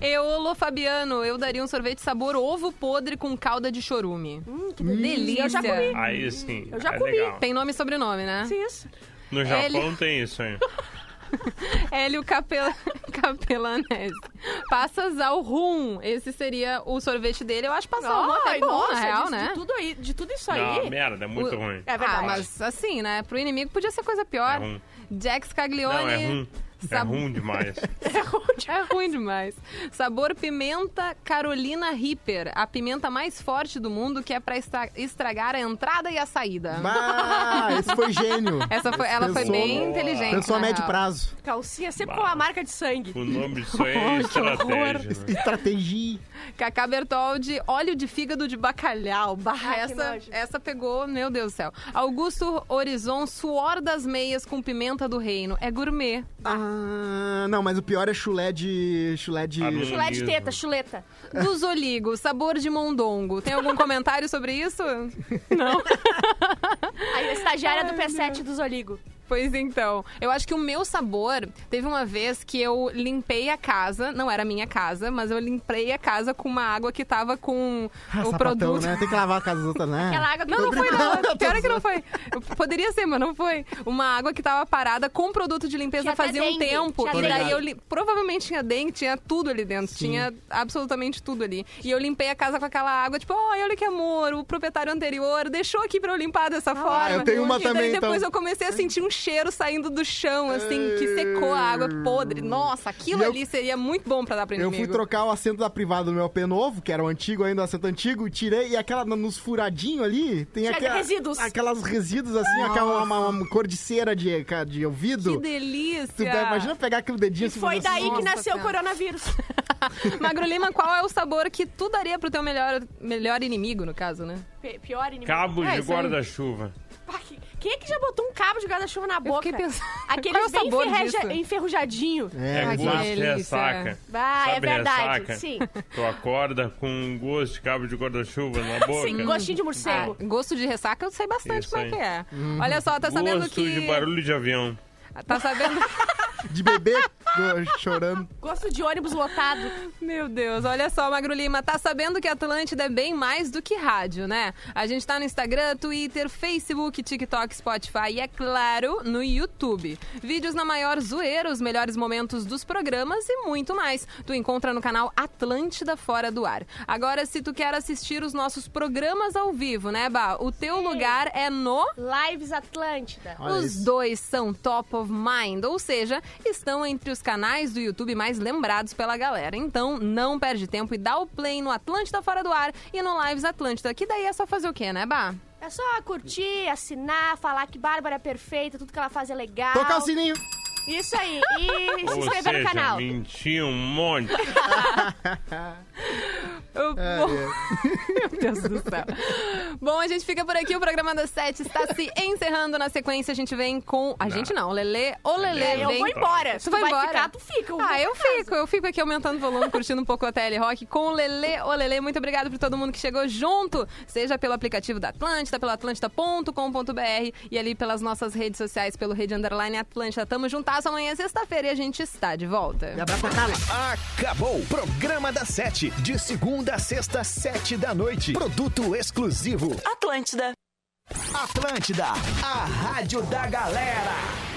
Speaker 3: Eu, Lô Fabiano, eu daria um sorvete sabor ovo podre com calda de chorume.
Speaker 8: Hum,
Speaker 3: Hum,
Speaker 8: que
Speaker 3: delícia.
Speaker 8: delícia. Eu já comi.
Speaker 7: Aí sim.
Speaker 3: Eu já
Speaker 7: é
Speaker 3: comi.
Speaker 7: Legal.
Speaker 3: Tem nome e sobrenome, né?
Speaker 8: Sim, isso.
Speaker 7: No Japão tem isso aí.
Speaker 3: Hélio Capel... Capelanese. Passas ao rum. Esse seria o sorvete dele. Eu acho passas ao rum é até
Speaker 8: Ai,
Speaker 3: bom,
Speaker 8: nossa,
Speaker 3: na real,
Speaker 8: de,
Speaker 3: né?
Speaker 8: De tudo, aí, de tudo isso
Speaker 7: Não,
Speaker 8: aí.
Speaker 7: merda, é muito ruim.
Speaker 8: É verdade.
Speaker 3: Ah, mas assim, né? Pro inimigo podia ser coisa pior.
Speaker 7: É ruim.
Speaker 3: Jax
Speaker 7: Não, é
Speaker 3: Caglione.
Speaker 7: ruim. É
Speaker 3: Sab-
Speaker 7: ruim demais.
Speaker 3: É ruim demais. Sabor pimenta Carolina Reaper, a pimenta mais forte do mundo que é pra estra- estragar a entrada e a saída.
Speaker 4: Bah, esse foi gênio.
Speaker 3: Essa foi- ela foi bem inteligente,
Speaker 4: Pensou a
Speaker 3: na
Speaker 4: médio
Speaker 3: real.
Speaker 4: prazo.
Speaker 8: Calcinha sempre com a marca de sangue.
Speaker 7: O nome disso aí é
Speaker 4: Ai, que
Speaker 7: estratégia.
Speaker 4: horror. Estratégia.
Speaker 3: Cacá Bertoldi, óleo de fígado de bacalhau. Bah,
Speaker 8: Ah, que
Speaker 3: essa,
Speaker 8: nojo.
Speaker 3: essa pegou, meu Deus do céu. Augusto Horizon, suor das meias com pimenta do reino. É gourmet.
Speaker 4: Ah, não, mas o pior é chulé de. chulé de.
Speaker 8: Chulé de teta, chuleta.
Speaker 3: Dos oligos, sabor de mondongo. Tem algum comentário sobre isso?
Speaker 8: A
Speaker 3: é
Speaker 8: estagiária do P7 dos Oligo.
Speaker 3: Pois então, eu acho que o meu sabor teve uma vez que eu limpei a casa, não era a minha casa, mas eu limpei a casa com uma água que tava com
Speaker 4: Ah,
Speaker 3: o
Speaker 4: sapatão,
Speaker 3: produto.
Speaker 4: né? Tem que lavar a casa dos outros, né?
Speaker 3: Aquela água que não,
Speaker 4: Tô
Speaker 3: não foi
Speaker 4: brincando,
Speaker 3: não.
Speaker 4: tô
Speaker 3: Pior é que não
Speaker 4: zoando.
Speaker 3: foi. Eu- Poderia ser, mas não foi. Uma água que tava parada com produto de limpeza
Speaker 8: Tinha até
Speaker 3: fazia um
Speaker 8: dengue,
Speaker 3: tempo.
Speaker 8: tinha
Speaker 3: E daí
Speaker 8: dengue.
Speaker 3: eu li- provavelmente tinha dengue, tinha tudo ali dentro. Tinha absolutamente tudo ali. E eu limpei a casa com aquela água, tipo, oh, olha que amor, o proprietário anterior deixou aqui pra eu limpar dessa forma.
Speaker 8: Ah,
Speaker 4: eu tenho uma
Speaker 3: e daí
Speaker 4: também, então.
Speaker 3: depois eu comecei a sentir um cheiro saindo do chão, assim, que secou a água podre. Nossa, aquilo
Speaker 4: É. E eu-
Speaker 3: ali seria muito bom pra dar pra
Speaker 4: Eu
Speaker 3: inimigo.
Speaker 4: fui trocar o assento da privada do meu AP novo, que era o antigo ainda, o assento antigo, e tirei, e aquela nos furadinhos ali, tem
Speaker 3: Tinha
Speaker 4: aquela,
Speaker 3: resíduos.
Speaker 4: aquelas resíduos assim,
Speaker 3: Nossa.
Speaker 4: aquela uma, uma cor de cera de, ca- de ouvido.
Speaker 3: Que delícia!
Speaker 4: Tu dá- imagina pegar aquele dedinho
Speaker 3: E
Speaker 4: assim,
Speaker 3: foi
Speaker 4: fazer assim,
Speaker 3: daí que
Speaker 4: nossa,
Speaker 3: nasceu o
Speaker 4: cara.
Speaker 3: coronavírus. Magro Lima, qual é o sabor que tu daria pro teu melhor, melhor inimigo, no caso, né?
Speaker 8: P- pior inimigo.
Speaker 7: Cabo
Speaker 8: É,
Speaker 7: de
Speaker 8: isso aí.
Speaker 7: guarda-chuva.
Speaker 8: Quem é que já botou um cabo de guarda-chuva na boca?
Speaker 3: fiquei pensando,
Speaker 8: Aqueles
Speaker 3: qual é o
Speaker 8: bem
Speaker 3: sabor
Speaker 8: enferreja-
Speaker 3: disso?
Speaker 8: enferrujadinho.
Speaker 7: É, gosto de ressaca.
Speaker 8: Ah, é
Speaker 7: Sabe
Speaker 8: verdade,
Speaker 7: ressaca?
Speaker 8: sim.
Speaker 7: Tu acorda com um gosto de cabo de guarda-chuva na boca.
Speaker 8: um
Speaker 3: de morcego. Ah, gosto de ressaca, eu sei bastante
Speaker 7: Isso
Speaker 3: como é
Speaker 7: aí.
Speaker 3: que é.
Speaker 4: Uhum.
Speaker 3: Olha só, tá sabendo
Speaker 7: gosto
Speaker 3: que...
Speaker 7: de barulho de avião.
Speaker 3: Tá sabendo...
Speaker 4: de bebê go- chorando.
Speaker 3: Gosto de ônibus lotado. Meu Deus, olha só, Magro Lima, tá sabendo que Atlântida é bem mais do que rádio, né? A gente tá no Instagram, Twitter, Facebook, TikTok, Spotify e, é claro, no YouTube. Vídeos na maior zoeira, os melhores momentos dos programas e muito mais. Tu encontra no canal Atlântida Fora do Ar. Agora, se tu quer assistir os nossos programas ao vivo, né, Bah? O teu lugar é no... Lives Atlântida.
Speaker 8: Olha
Speaker 3: Os
Speaker 8: isso.
Speaker 3: dois são top of mind, ou seja, estão entre os canais do YouTube mais lembrados pela galera. Então, não perde tempo e dá o play no Atlântida Fora do Ar e no Lives Atlântida, que daí é só fazer o quê, né, Bah?
Speaker 8: É só curtir, assinar, falar que Bárbara é perfeita, tudo que ela faz é legal.
Speaker 4: Tocar o sininho.
Speaker 8: Isso aí. E se
Speaker 7: Ou
Speaker 8: inscrever
Speaker 7: seja,
Speaker 8: no canal.
Speaker 7: mentiu um monte.
Speaker 3: Eu-
Speaker 4: É,
Speaker 3: Meu Deus do céu. Bom, a gente fica por aqui. O programa das sete está se encerrando. Na sequência, a gente vem com. A gente não, o Lelê. O Lelê
Speaker 8: Eu
Speaker 3: vem.
Speaker 8: vou embora.
Speaker 3: Tu
Speaker 8: Se tu
Speaker 3: vai
Speaker 8: vai
Speaker 3: embora?
Speaker 8: ficar, tu fica. Eu vou
Speaker 3: ah,
Speaker 8: pra
Speaker 3: eu fico. Eu fico aqui aumentando o volume, curtindo um pouco a TL Rock com o Lelê. O Lelê, muito obrigado por todo mundo que chegou junto. Seja pelo aplicativo da Atlântida, pelo atlântida.com.br e ali pelas nossas redes sociais, pelo Rede Underline Atlântida. Tamo juntas amanhã, é sexta-feira, e a gente está de volta.
Speaker 4: abraço pra Carla.
Speaker 1: Acabou. Programa da Sete. De segunda a sexta, sete da noite. Produto exclusivo. Atlântida. Atlântida, a rádio da galera.